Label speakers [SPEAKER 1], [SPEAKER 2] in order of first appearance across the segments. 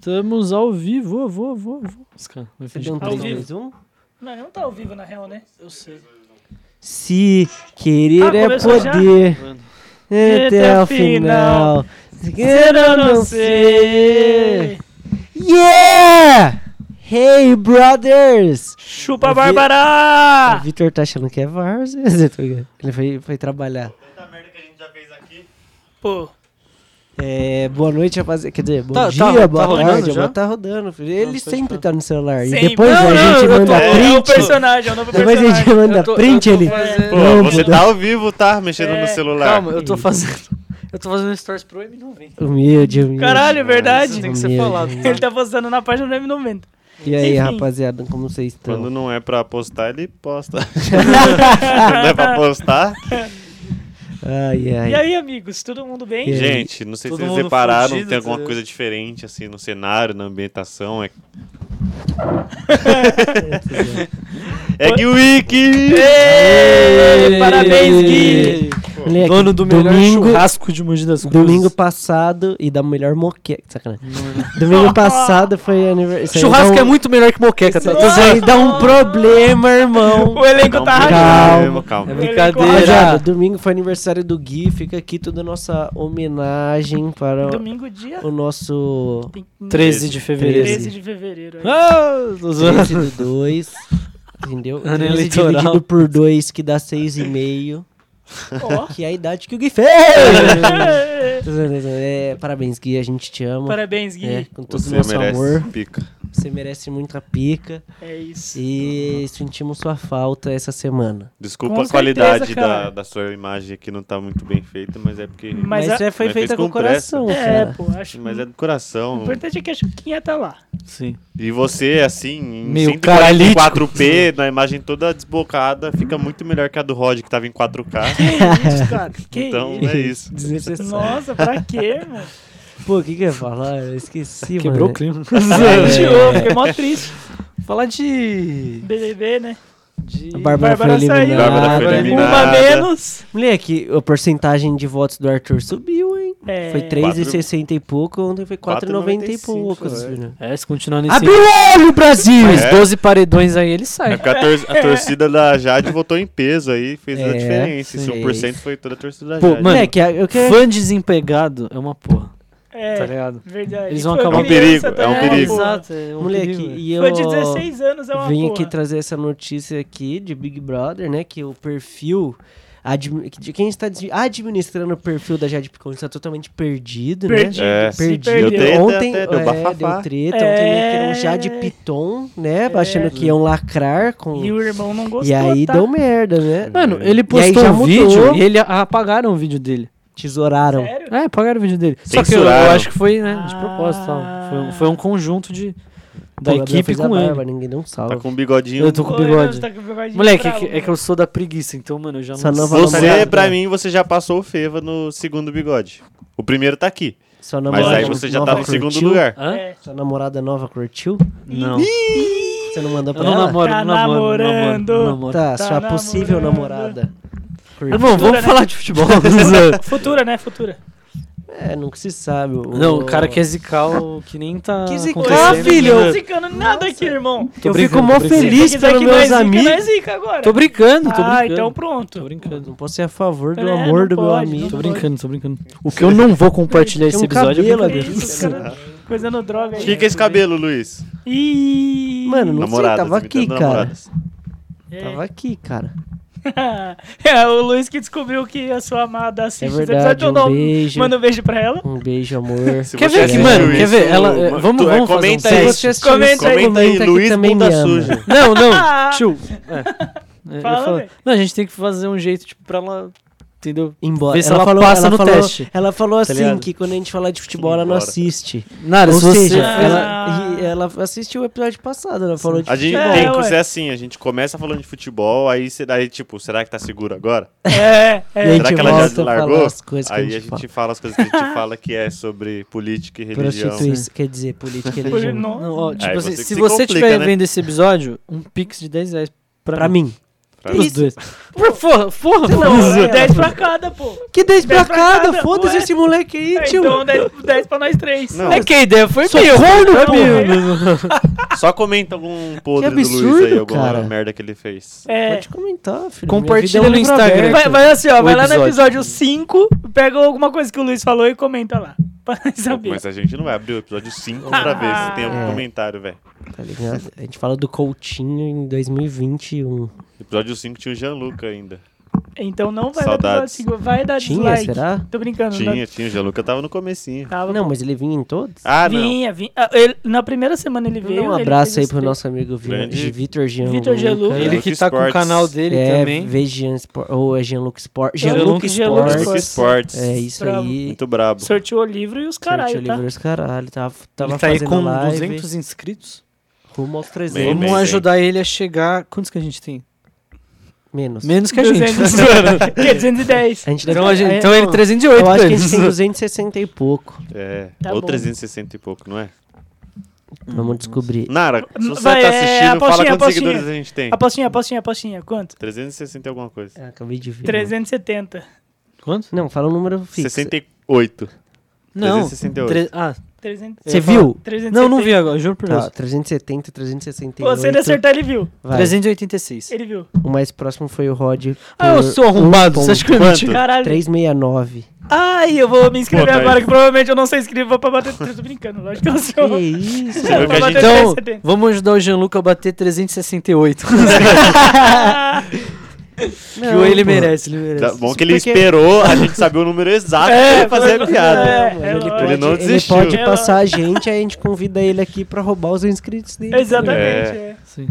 [SPEAKER 1] Estamos ao vivo, vou, vou, vou. Vai
[SPEAKER 2] Você
[SPEAKER 1] fingir
[SPEAKER 2] deu um
[SPEAKER 1] que tá
[SPEAKER 2] três
[SPEAKER 1] ao vivo.
[SPEAKER 2] dois um?
[SPEAKER 3] Não, não tá ao vivo, na real, né? Eu sei.
[SPEAKER 2] Se querer
[SPEAKER 3] Ah,
[SPEAKER 2] é
[SPEAKER 3] começou já?
[SPEAKER 2] poder
[SPEAKER 1] Mano,
[SPEAKER 2] até o final. Se querer eu não sei. Yeah! Hey, brothers! Eu
[SPEAKER 3] Chupa,
[SPEAKER 2] vi- O
[SPEAKER 3] Bárbara!
[SPEAKER 2] Vitor tá achando que é Varsa. Ele foi, foi trabalhar.
[SPEAKER 4] Tanta merda que a gente já fez aqui.
[SPEAKER 3] Pô,
[SPEAKER 2] É, boa noite, rapaziada. Quer dizer, bom
[SPEAKER 1] Tá- tá
[SPEAKER 2] dia,
[SPEAKER 1] ro- tá
[SPEAKER 2] boa
[SPEAKER 1] rodando
[SPEAKER 2] tarde.
[SPEAKER 1] já?
[SPEAKER 2] boa- Tá rodando. filho. Ele
[SPEAKER 1] pode
[SPEAKER 2] sempre
[SPEAKER 1] tá.
[SPEAKER 2] tá no celular.
[SPEAKER 3] sempre-
[SPEAKER 2] E depois
[SPEAKER 3] Não,
[SPEAKER 2] a
[SPEAKER 3] não,
[SPEAKER 2] gente
[SPEAKER 3] eu
[SPEAKER 2] manda
[SPEAKER 3] tô- É o
[SPEAKER 2] print.
[SPEAKER 3] personagem, é o novo
[SPEAKER 2] Depois a gente
[SPEAKER 3] personagem.
[SPEAKER 2] manda
[SPEAKER 1] Eu tô- eu
[SPEAKER 2] print
[SPEAKER 1] tô
[SPEAKER 2] ele.
[SPEAKER 1] fazendo-
[SPEAKER 4] Pô,
[SPEAKER 2] Não,
[SPEAKER 4] você
[SPEAKER 2] mudou.
[SPEAKER 4] tá ao vivo, tá? Mexendo
[SPEAKER 3] É,
[SPEAKER 4] no celular.
[SPEAKER 1] Calma, eu tô fazendo. Eu tô fazendo stories pro M90.
[SPEAKER 2] Humilde, humilde.
[SPEAKER 3] Caralho, é
[SPEAKER 1] Isso
[SPEAKER 3] verdade.
[SPEAKER 1] tem que ser
[SPEAKER 2] Meu
[SPEAKER 1] falado.
[SPEAKER 3] Ele tá postando na página do M90.
[SPEAKER 2] E aí,
[SPEAKER 3] Enfim.
[SPEAKER 2] rapaziada, como vocês estão?
[SPEAKER 4] Quando não é pra postar, ele posta. Quando não é pra postar.
[SPEAKER 2] Ai, ai.
[SPEAKER 3] E aí, amigos, todo mundo bem?
[SPEAKER 2] E aí?
[SPEAKER 4] Gente, não sei
[SPEAKER 1] Todo
[SPEAKER 4] se vocês
[SPEAKER 1] mundo
[SPEAKER 4] repararam,
[SPEAKER 1] fudido,
[SPEAKER 4] tem alguma
[SPEAKER 1] tá
[SPEAKER 4] coisa diferente assim no cenário, na ambientação. É, é que o Wiki!
[SPEAKER 3] Ê, Parabéns, Gui!
[SPEAKER 2] Moleque,
[SPEAKER 1] Dono do melhor
[SPEAKER 2] é domingo,
[SPEAKER 1] churrasco de Mogi das Cruzes.
[SPEAKER 2] domingo passado e da melhor moqueca. Sacanagem. Domingo passado foi aniversário.
[SPEAKER 1] Churrasco
[SPEAKER 2] Isso aí dá
[SPEAKER 1] é
[SPEAKER 2] um-
[SPEAKER 1] muito melhor que moqueca, tá?
[SPEAKER 2] Isso aí dá um problema, irmão.
[SPEAKER 3] O elenco tá rachado.
[SPEAKER 4] calma,
[SPEAKER 1] É
[SPEAKER 4] calma.
[SPEAKER 2] Rapaziada,
[SPEAKER 1] brincadeira. Ah,
[SPEAKER 2] domingo foi aniversário do Gui. Fica aqui toda a nossa homenagem para
[SPEAKER 3] Domingo, dia
[SPEAKER 2] o nosso
[SPEAKER 1] 13 de fevereiro.
[SPEAKER 3] 13 de fevereiro. aí.
[SPEAKER 1] Ah, tô zoando.
[SPEAKER 2] 13 do 2. Entendeu?
[SPEAKER 1] Ano
[SPEAKER 2] 13
[SPEAKER 1] eleitoral.
[SPEAKER 2] dividido por 2, que dá 6,5.
[SPEAKER 3] Ó.
[SPEAKER 2] Que é a idade que o Gui fez! É, parabéns, Gui. A gente te ama.
[SPEAKER 3] Parabéns,
[SPEAKER 2] É,
[SPEAKER 3] Gui.
[SPEAKER 2] com todo o
[SPEAKER 4] Você
[SPEAKER 2] nosso
[SPEAKER 4] merece
[SPEAKER 2] amor.
[SPEAKER 4] pica.
[SPEAKER 2] Você merece muita pica.
[SPEAKER 3] É, isso.
[SPEAKER 2] E sentimos sua falta essa semana.
[SPEAKER 4] Desculpa
[SPEAKER 3] Com
[SPEAKER 4] a qualidade
[SPEAKER 3] certeza, cara.
[SPEAKER 4] da, da sua imagem aqui, não tá muito bem feita, mas é porque.
[SPEAKER 3] Mas-
[SPEAKER 2] Mas,
[SPEAKER 3] a-
[SPEAKER 2] é, foi
[SPEAKER 4] mas
[SPEAKER 2] feita
[SPEAKER 4] fez
[SPEAKER 2] com o
[SPEAKER 4] com pressa.
[SPEAKER 2] coração,
[SPEAKER 3] É,
[SPEAKER 2] cara.
[SPEAKER 3] pô, acho.
[SPEAKER 4] Mas é do
[SPEAKER 3] O
[SPEAKER 4] coração.
[SPEAKER 3] importante é que a Chuquinha tá lá.
[SPEAKER 1] Sim.
[SPEAKER 4] E você, assim, em
[SPEAKER 1] Meio
[SPEAKER 4] 144p, na imagem toda desbocada, fica muito melhor que a do Rod, que tava em 4K.
[SPEAKER 3] Isso, cara. Que
[SPEAKER 4] então
[SPEAKER 3] isso?
[SPEAKER 4] é isso.
[SPEAKER 2] Desnecessário.
[SPEAKER 3] Nossa, pra quê, mano?
[SPEAKER 2] Pô, o que que eu ia falar? Eu esqueci,
[SPEAKER 1] Quebrou o
[SPEAKER 2] mano.
[SPEAKER 1] clima.
[SPEAKER 3] Tirou, fiquei mó triste.
[SPEAKER 1] É. Falar de.
[SPEAKER 3] BBB, né?
[SPEAKER 1] de...
[SPEAKER 2] A Bárbara,
[SPEAKER 3] Bárbara
[SPEAKER 2] foi
[SPEAKER 3] saiu.
[SPEAKER 2] eliminada.
[SPEAKER 4] Bárbara foi eliminada.
[SPEAKER 3] Uma menos.
[SPEAKER 2] Moleque, a porcentagem de votos do Arthur subiu, hein?
[SPEAKER 3] É.
[SPEAKER 2] Foi 3,60 e pouco, ontem foi 4,90 e
[SPEAKER 4] 4,95,
[SPEAKER 2] poucos.
[SPEAKER 4] é.
[SPEAKER 2] viu?
[SPEAKER 1] É, se continuar nesse.
[SPEAKER 2] Abriu o olho, Brasil!
[SPEAKER 1] Mais
[SPEAKER 4] É.
[SPEAKER 1] 12 paredões aí, ele sai.
[SPEAKER 4] É porque a, tor- a torcida da Jade votou em peso aí, fez a
[SPEAKER 2] É,
[SPEAKER 4] diferença. Esse
[SPEAKER 2] sim.
[SPEAKER 4] 1% foi toda a torcida da
[SPEAKER 1] Pô,
[SPEAKER 4] Jade.
[SPEAKER 1] mano,
[SPEAKER 2] Moleque, eu quero...
[SPEAKER 1] Fã desempregado é uma porra,
[SPEAKER 3] É,
[SPEAKER 1] tá ligado?
[SPEAKER 3] verdade.
[SPEAKER 1] Eles vão
[SPEAKER 3] Foi
[SPEAKER 1] acabar- É um
[SPEAKER 3] criança
[SPEAKER 4] perigo, é um
[SPEAKER 3] também,
[SPEAKER 4] perigo.
[SPEAKER 3] porra.
[SPEAKER 1] Exato, é um
[SPEAKER 2] Moleque,
[SPEAKER 1] perigo,
[SPEAKER 2] e eu...
[SPEAKER 3] Foi de 16 anos, é uma
[SPEAKER 2] Vim
[SPEAKER 3] porra.
[SPEAKER 2] aqui trazer essa notícia aqui de Big Brother, né? Que o perfil... admi- De quem está desvi- administrando o perfil da Jade Picon está totalmente perdido,
[SPEAKER 3] Perdido.
[SPEAKER 2] né?
[SPEAKER 4] É.
[SPEAKER 3] se
[SPEAKER 2] Perdido.
[SPEAKER 3] perdeu.
[SPEAKER 4] Eu tenho-
[SPEAKER 2] Ontem
[SPEAKER 4] até deu
[SPEAKER 2] é,
[SPEAKER 4] bafafá.
[SPEAKER 2] deu treta. Ontem meio que
[SPEAKER 3] É.
[SPEAKER 2] era um Jade Piton, né?
[SPEAKER 3] É.
[SPEAKER 2] Achando que iam lacrar com...
[SPEAKER 3] E o irmão não
[SPEAKER 2] E
[SPEAKER 3] gostou,
[SPEAKER 2] aí
[SPEAKER 3] tá?
[SPEAKER 1] um
[SPEAKER 2] deu merda, né?
[SPEAKER 1] Mano, ele
[SPEAKER 2] aí
[SPEAKER 1] postou
[SPEAKER 2] já
[SPEAKER 1] um
[SPEAKER 2] mudou.
[SPEAKER 1] vídeo e ele a- apagaram o vídeo dele.
[SPEAKER 2] Tesouraram.
[SPEAKER 3] Sério?
[SPEAKER 1] É, apagaram o vídeo dele. Só que eu, eu
[SPEAKER 4] Censuraram.
[SPEAKER 1] acho que foi, né, de propósito. e Tal.
[SPEAKER 3] Ah.
[SPEAKER 1] Foi, um- foi um conjunto de, da
[SPEAKER 2] Pô, Gabriel
[SPEAKER 1] equipe
[SPEAKER 2] fez a
[SPEAKER 1] com ele.
[SPEAKER 2] barba, Ninguém deu um
[SPEAKER 4] Tá
[SPEAKER 2] salve.
[SPEAKER 4] com um bigodinho.
[SPEAKER 1] Eu tô com
[SPEAKER 3] Ô,
[SPEAKER 1] o bigode.
[SPEAKER 3] Leandro, tá com o bigodinho
[SPEAKER 1] Moleque, é
[SPEAKER 3] bravo,
[SPEAKER 1] que, é que eu sou da preguiça, então, mano, eu já
[SPEAKER 2] Essa
[SPEAKER 1] não
[SPEAKER 2] nova
[SPEAKER 1] sei.
[SPEAKER 4] Você,
[SPEAKER 2] namorada.
[SPEAKER 4] pra mim, você já passou o Feva no segundo bigode. O primeiro tá aqui.
[SPEAKER 2] Sua
[SPEAKER 4] Mas
[SPEAKER 2] namorada
[SPEAKER 4] aí você já
[SPEAKER 2] nova
[SPEAKER 4] tá no segundo
[SPEAKER 2] curtiu?
[SPEAKER 4] lugar.
[SPEAKER 1] Hã?
[SPEAKER 3] É.
[SPEAKER 2] Sua namorada nova curtiu?
[SPEAKER 1] Não.
[SPEAKER 2] Você não mandou
[SPEAKER 1] Eu
[SPEAKER 2] pra
[SPEAKER 1] não
[SPEAKER 2] ela?
[SPEAKER 1] namoro,
[SPEAKER 3] Tá
[SPEAKER 1] não namoro, não namoro,
[SPEAKER 3] namorando.
[SPEAKER 1] não namoro.
[SPEAKER 2] Tá,
[SPEAKER 3] Tá
[SPEAKER 2] sua possível
[SPEAKER 3] namorando.
[SPEAKER 2] namorada.
[SPEAKER 1] Mas,
[SPEAKER 2] Curtiu?
[SPEAKER 1] bom,
[SPEAKER 3] Futura,
[SPEAKER 1] vamos
[SPEAKER 3] né?
[SPEAKER 1] falar de futebol. Zé.
[SPEAKER 3] Futura, né? Futura.
[SPEAKER 2] É, nunca se sabe.
[SPEAKER 1] não, o cara quer zicar o que nem tá
[SPEAKER 2] Que zicar,
[SPEAKER 1] acontecendo, né?
[SPEAKER 2] filho?
[SPEAKER 3] Não tô zicando nada aqui, irmão.
[SPEAKER 1] Tô
[SPEAKER 2] Eu
[SPEAKER 1] brincando,
[SPEAKER 2] fico mó
[SPEAKER 1] tô brincando.
[SPEAKER 2] feliz
[SPEAKER 3] Se você quiser
[SPEAKER 2] pelos
[SPEAKER 3] que
[SPEAKER 2] meus
[SPEAKER 3] nós é zica,
[SPEAKER 2] amigos.
[SPEAKER 3] nós zica agora.
[SPEAKER 1] Tô brincando, tô brincando.
[SPEAKER 3] Ah, então
[SPEAKER 1] Tô
[SPEAKER 3] pronto.
[SPEAKER 1] brincando.
[SPEAKER 2] Não posso ser a favor do
[SPEAKER 3] É,
[SPEAKER 2] amor
[SPEAKER 3] não
[SPEAKER 2] do meu
[SPEAKER 3] pode,
[SPEAKER 2] amigo.
[SPEAKER 1] Tô
[SPEAKER 3] não
[SPEAKER 1] brincando, tô brincando. O que eu não vou compartilhar
[SPEAKER 2] Tem
[SPEAKER 1] esse
[SPEAKER 2] um
[SPEAKER 1] episódio
[SPEAKER 2] cabelo
[SPEAKER 1] é
[SPEAKER 2] ali.
[SPEAKER 3] Que isso,
[SPEAKER 1] brincadeira.
[SPEAKER 3] cara. Coisa no droga
[SPEAKER 4] O
[SPEAKER 3] aí.
[SPEAKER 4] que, que é esse cabelo, Luiz?
[SPEAKER 3] Ih.
[SPEAKER 2] Mano, não
[SPEAKER 4] Namoradas,
[SPEAKER 2] sei, tava
[SPEAKER 4] me
[SPEAKER 2] aqui,
[SPEAKER 4] dando
[SPEAKER 2] cara.
[SPEAKER 4] namoradas.
[SPEAKER 3] É.
[SPEAKER 2] Tava aqui, cara.
[SPEAKER 3] é, o Luiz que descobriu que a sua amada
[SPEAKER 2] É
[SPEAKER 3] assiste esse
[SPEAKER 2] verdade,
[SPEAKER 3] episódio, então
[SPEAKER 2] um
[SPEAKER 3] não-
[SPEAKER 2] beijo.
[SPEAKER 3] Manda um beijo pra ela.
[SPEAKER 2] Um beijo, amor.
[SPEAKER 4] Se
[SPEAKER 1] Quer
[SPEAKER 4] você
[SPEAKER 1] ver que,
[SPEAKER 4] assistiu
[SPEAKER 1] mano, quer ver? Ela, é,
[SPEAKER 4] ma-
[SPEAKER 1] vamos
[SPEAKER 4] tu- é,
[SPEAKER 1] vamos fazer um
[SPEAKER 4] comenta
[SPEAKER 1] teste.
[SPEAKER 4] aí.
[SPEAKER 2] você assistiu,
[SPEAKER 3] Comenta aí.
[SPEAKER 4] Comenta aí,
[SPEAKER 2] que
[SPEAKER 4] Luiz
[SPEAKER 2] também
[SPEAKER 4] Bunda
[SPEAKER 2] me ama.
[SPEAKER 4] Suja.
[SPEAKER 1] Não, não, tio. É. É, eu
[SPEAKER 3] Fala,
[SPEAKER 1] falo-
[SPEAKER 3] velho.
[SPEAKER 1] Não, a gente tem que fazer um jeito, tipo, pra ela. Entendeu?
[SPEAKER 2] Embora.
[SPEAKER 1] Vê se ela passa no
[SPEAKER 2] falou,
[SPEAKER 1] teste.
[SPEAKER 2] Ela falou assim
[SPEAKER 1] ligado?
[SPEAKER 2] que quando a gente fala de futebol, ela não
[SPEAKER 4] Embora.
[SPEAKER 2] assiste.
[SPEAKER 1] Nada,
[SPEAKER 2] Ou
[SPEAKER 1] se você.
[SPEAKER 2] seja,
[SPEAKER 3] fez-
[SPEAKER 2] ela, e ela assistiu o episódio passado, ela falou de
[SPEAKER 4] A gente
[SPEAKER 3] É,
[SPEAKER 4] tem que
[SPEAKER 3] ué.
[SPEAKER 4] ser assim, a gente começa falando de futebol, aí, cê- aí tipo, será que tá seguro agora?
[SPEAKER 3] É,
[SPEAKER 2] E aí,
[SPEAKER 3] é.
[SPEAKER 4] Será
[SPEAKER 2] gente
[SPEAKER 4] que ela
[SPEAKER 2] volta
[SPEAKER 4] já
[SPEAKER 2] a falar
[SPEAKER 4] largou?
[SPEAKER 2] as coisas que a
[SPEAKER 4] aí
[SPEAKER 2] gente
[SPEAKER 4] a gente fala. as coisas que a gente fala que é sobre política e religião.
[SPEAKER 2] prostituição, quer dizer, política e
[SPEAKER 3] Poli-
[SPEAKER 2] religião.
[SPEAKER 3] Nossa.
[SPEAKER 1] Não, ó, tipo
[SPEAKER 4] Aí
[SPEAKER 1] assim,
[SPEAKER 4] É, você que
[SPEAKER 1] se
[SPEAKER 4] se
[SPEAKER 1] você
[SPEAKER 4] complica,
[SPEAKER 1] estiver
[SPEAKER 4] né?
[SPEAKER 1] vendo esse episódio, um pix de 10 reais pra,
[SPEAKER 2] Pra
[SPEAKER 1] mim.
[SPEAKER 2] mim.
[SPEAKER 4] cara.
[SPEAKER 1] Os
[SPEAKER 2] isso?
[SPEAKER 1] dois. Porra, porra,
[SPEAKER 2] Sei lá,
[SPEAKER 1] porra.
[SPEAKER 2] é.
[SPEAKER 3] 10 pra cada, pô.
[SPEAKER 2] Que 10 pra
[SPEAKER 3] Dez pra
[SPEAKER 2] cada,
[SPEAKER 3] cada,
[SPEAKER 2] foda-se
[SPEAKER 3] ué.
[SPEAKER 2] esse moleque aí,
[SPEAKER 3] É,
[SPEAKER 2] tio.
[SPEAKER 3] então 10, 10 pra nós três.
[SPEAKER 4] Não,
[SPEAKER 1] É que a ideia foi
[SPEAKER 2] Sou
[SPEAKER 1] minha.
[SPEAKER 2] corno,
[SPEAKER 1] foi
[SPEAKER 2] pô.
[SPEAKER 1] minha.
[SPEAKER 4] Só comenta algum podre do Luiz
[SPEAKER 2] absurdo,
[SPEAKER 4] aí, alguma
[SPEAKER 2] cara.
[SPEAKER 4] merda que ele fez.
[SPEAKER 3] É,
[SPEAKER 2] Pode comentar, filho.
[SPEAKER 1] Compartilha
[SPEAKER 2] Minha vida é um
[SPEAKER 1] no
[SPEAKER 2] livro
[SPEAKER 1] Instagram.
[SPEAKER 2] aberto.
[SPEAKER 3] vai, vai assim, ó.
[SPEAKER 4] um
[SPEAKER 1] O
[SPEAKER 3] Vai lá no
[SPEAKER 1] episódio.
[SPEAKER 3] episódio 5, pega alguma coisa que o Luiz falou e comenta lá. Pra nós saber.
[SPEAKER 4] Mas a gente não vai abrir o episódio 5 pra ver se tem algum
[SPEAKER 2] É.
[SPEAKER 4] comentário, velho.
[SPEAKER 2] Tá ligado? A gente fala do Coutinho em 2021.
[SPEAKER 3] Tá
[SPEAKER 4] Episódio 5 tinha o Gianluca ainda.
[SPEAKER 3] Então não vai
[SPEAKER 4] Saudades.
[SPEAKER 3] dar dislike. Vai dar
[SPEAKER 2] Tinha,
[SPEAKER 3] dislike.
[SPEAKER 2] será?
[SPEAKER 3] Tô brincando.
[SPEAKER 4] Tinha,
[SPEAKER 3] Ah, Não,
[SPEAKER 4] tinha. O Gianluca tava no comecinho.
[SPEAKER 3] tava.
[SPEAKER 2] Não, mas ele vinha em todos?
[SPEAKER 4] Ah, não.
[SPEAKER 3] vinha, vinha. Ah, ele- na primeira semana ele veio.
[SPEAKER 2] Manda um
[SPEAKER 3] ele
[SPEAKER 2] abraço
[SPEAKER 3] fez
[SPEAKER 2] aí
[SPEAKER 3] esse
[SPEAKER 2] pro
[SPEAKER 3] texto.
[SPEAKER 2] nosso amigo Vi-
[SPEAKER 4] Grande
[SPEAKER 2] Vitor Gian.
[SPEAKER 3] Vitor Gianluca.
[SPEAKER 2] Luca.
[SPEAKER 1] Ele que tá com o
[SPEAKER 4] Sports.
[SPEAKER 1] canal dele
[SPEAKER 2] é,
[SPEAKER 1] também.
[SPEAKER 2] vê Gian Sport. Ou é Gianluca Sport.
[SPEAKER 1] Gianluca
[SPEAKER 2] Gianluca
[SPEAKER 3] Gianluca
[SPEAKER 2] Sport.
[SPEAKER 4] Gianluca Esportes.
[SPEAKER 2] É isso
[SPEAKER 3] Bravo.
[SPEAKER 2] aí.
[SPEAKER 4] Muito brabo.
[SPEAKER 3] Sorteou o livro e os caralho,
[SPEAKER 2] Sorteio
[SPEAKER 3] tá?
[SPEAKER 2] livre os caralho. Tava, tava
[SPEAKER 1] Ele tá aí
[SPEAKER 2] fazendo
[SPEAKER 1] com
[SPEAKER 2] live.
[SPEAKER 1] 200 inscritos.
[SPEAKER 2] Rumo aos
[SPEAKER 4] Bem,
[SPEAKER 2] 300.
[SPEAKER 1] Vamos
[SPEAKER 4] bem.
[SPEAKER 1] ajudar ele a chegar. Quantos que a gente tem?
[SPEAKER 2] Menos.
[SPEAKER 1] Menos que a gente.
[SPEAKER 3] 200. Que é 210.
[SPEAKER 2] A gente deve-
[SPEAKER 1] então, a gente,
[SPEAKER 2] é,
[SPEAKER 1] então ele
[SPEAKER 2] não,
[SPEAKER 1] 308.
[SPEAKER 2] Eu acho que a
[SPEAKER 1] velho.
[SPEAKER 2] gente tem 260 e pouco.
[SPEAKER 4] É.
[SPEAKER 3] Tá
[SPEAKER 4] Ou
[SPEAKER 3] bom.
[SPEAKER 4] 360 e pouco, não é?
[SPEAKER 2] Vamos descobrir.
[SPEAKER 4] Nara, se você
[SPEAKER 3] Vai,
[SPEAKER 4] tá
[SPEAKER 3] é,
[SPEAKER 4] assistindo, fala
[SPEAKER 3] apostinha,
[SPEAKER 4] quantos
[SPEAKER 3] apostinha.
[SPEAKER 4] seguidores a gente tem.
[SPEAKER 3] Apostinha, apostinha, apostinha. Quanto?
[SPEAKER 4] 360 e alguma coisa.
[SPEAKER 2] Ah, acabei de ver.
[SPEAKER 3] 370.
[SPEAKER 1] Quanto?
[SPEAKER 2] Não, fala um número fixo.
[SPEAKER 4] 68.
[SPEAKER 1] Não.
[SPEAKER 4] 368.
[SPEAKER 1] Tre- Ah,
[SPEAKER 3] 300,
[SPEAKER 2] Você
[SPEAKER 1] Eu ia
[SPEAKER 2] viu?
[SPEAKER 3] 370.
[SPEAKER 1] não, não vi agora, juro por
[SPEAKER 2] Tá,
[SPEAKER 1] Deus.
[SPEAKER 2] 370, 368.
[SPEAKER 3] Você de acertar, ele viu.
[SPEAKER 2] Vai.
[SPEAKER 1] 386.
[SPEAKER 3] Ele viu.
[SPEAKER 2] O mais próximo foi o Rod.
[SPEAKER 1] Ah, eu
[SPEAKER 2] por
[SPEAKER 1] sou arrombado.
[SPEAKER 2] um
[SPEAKER 1] Você acha que eu
[SPEAKER 4] Quanto?
[SPEAKER 1] menti?
[SPEAKER 3] Caralho.
[SPEAKER 2] 369.
[SPEAKER 3] Ai, eu vou me inscrever
[SPEAKER 4] Pô, tá
[SPEAKER 3] agora,
[SPEAKER 4] aí.
[SPEAKER 3] que provavelmente eu não sei inscrever, vou pra bater. Eu tô brincando, lógico que eu sou.
[SPEAKER 2] Que isso?
[SPEAKER 4] Você viu
[SPEAKER 3] Vou
[SPEAKER 4] que a
[SPEAKER 3] bater
[SPEAKER 4] gente...
[SPEAKER 1] Então,
[SPEAKER 3] 370.
[SPEAKER 1] vamos ajudar o Gianluca a bater 368. que
[SPEAKER 2] Não,
[SPEAKER 1] ele
[SPEAKER 2] pô.
[SPEAKER 1] merece, ele merece.
[SPEAKER 4] Tá bom que ele
[SPEAKER 2] Porque-
[SPEAKER 4] esperou a gente saber o número exato pra fazer a
[SPEAKER 3] foi-
[SPEAKER 4] piada.
[SPEAKER 3] é,
[SPEAKER 2] Não,
[SPEAKER 3] é
[SPEAKER 2] ele,
[SPEAKER 3] lógico.
[SPEAKER 2] pode,
[SPEAKER 4] Ele não
[SPEAKER 2] ele
[SPEAKER 4] desistiu.
[SPEAKER 2] pode
[SPEAKER 3] É
[SPEAKER 2] passar a gente, aí a gente convida ele aqui pra roubar os inscritos dele.
[SPEAKER 3] Exatamente, é.
[SPEAKER 1] Sim.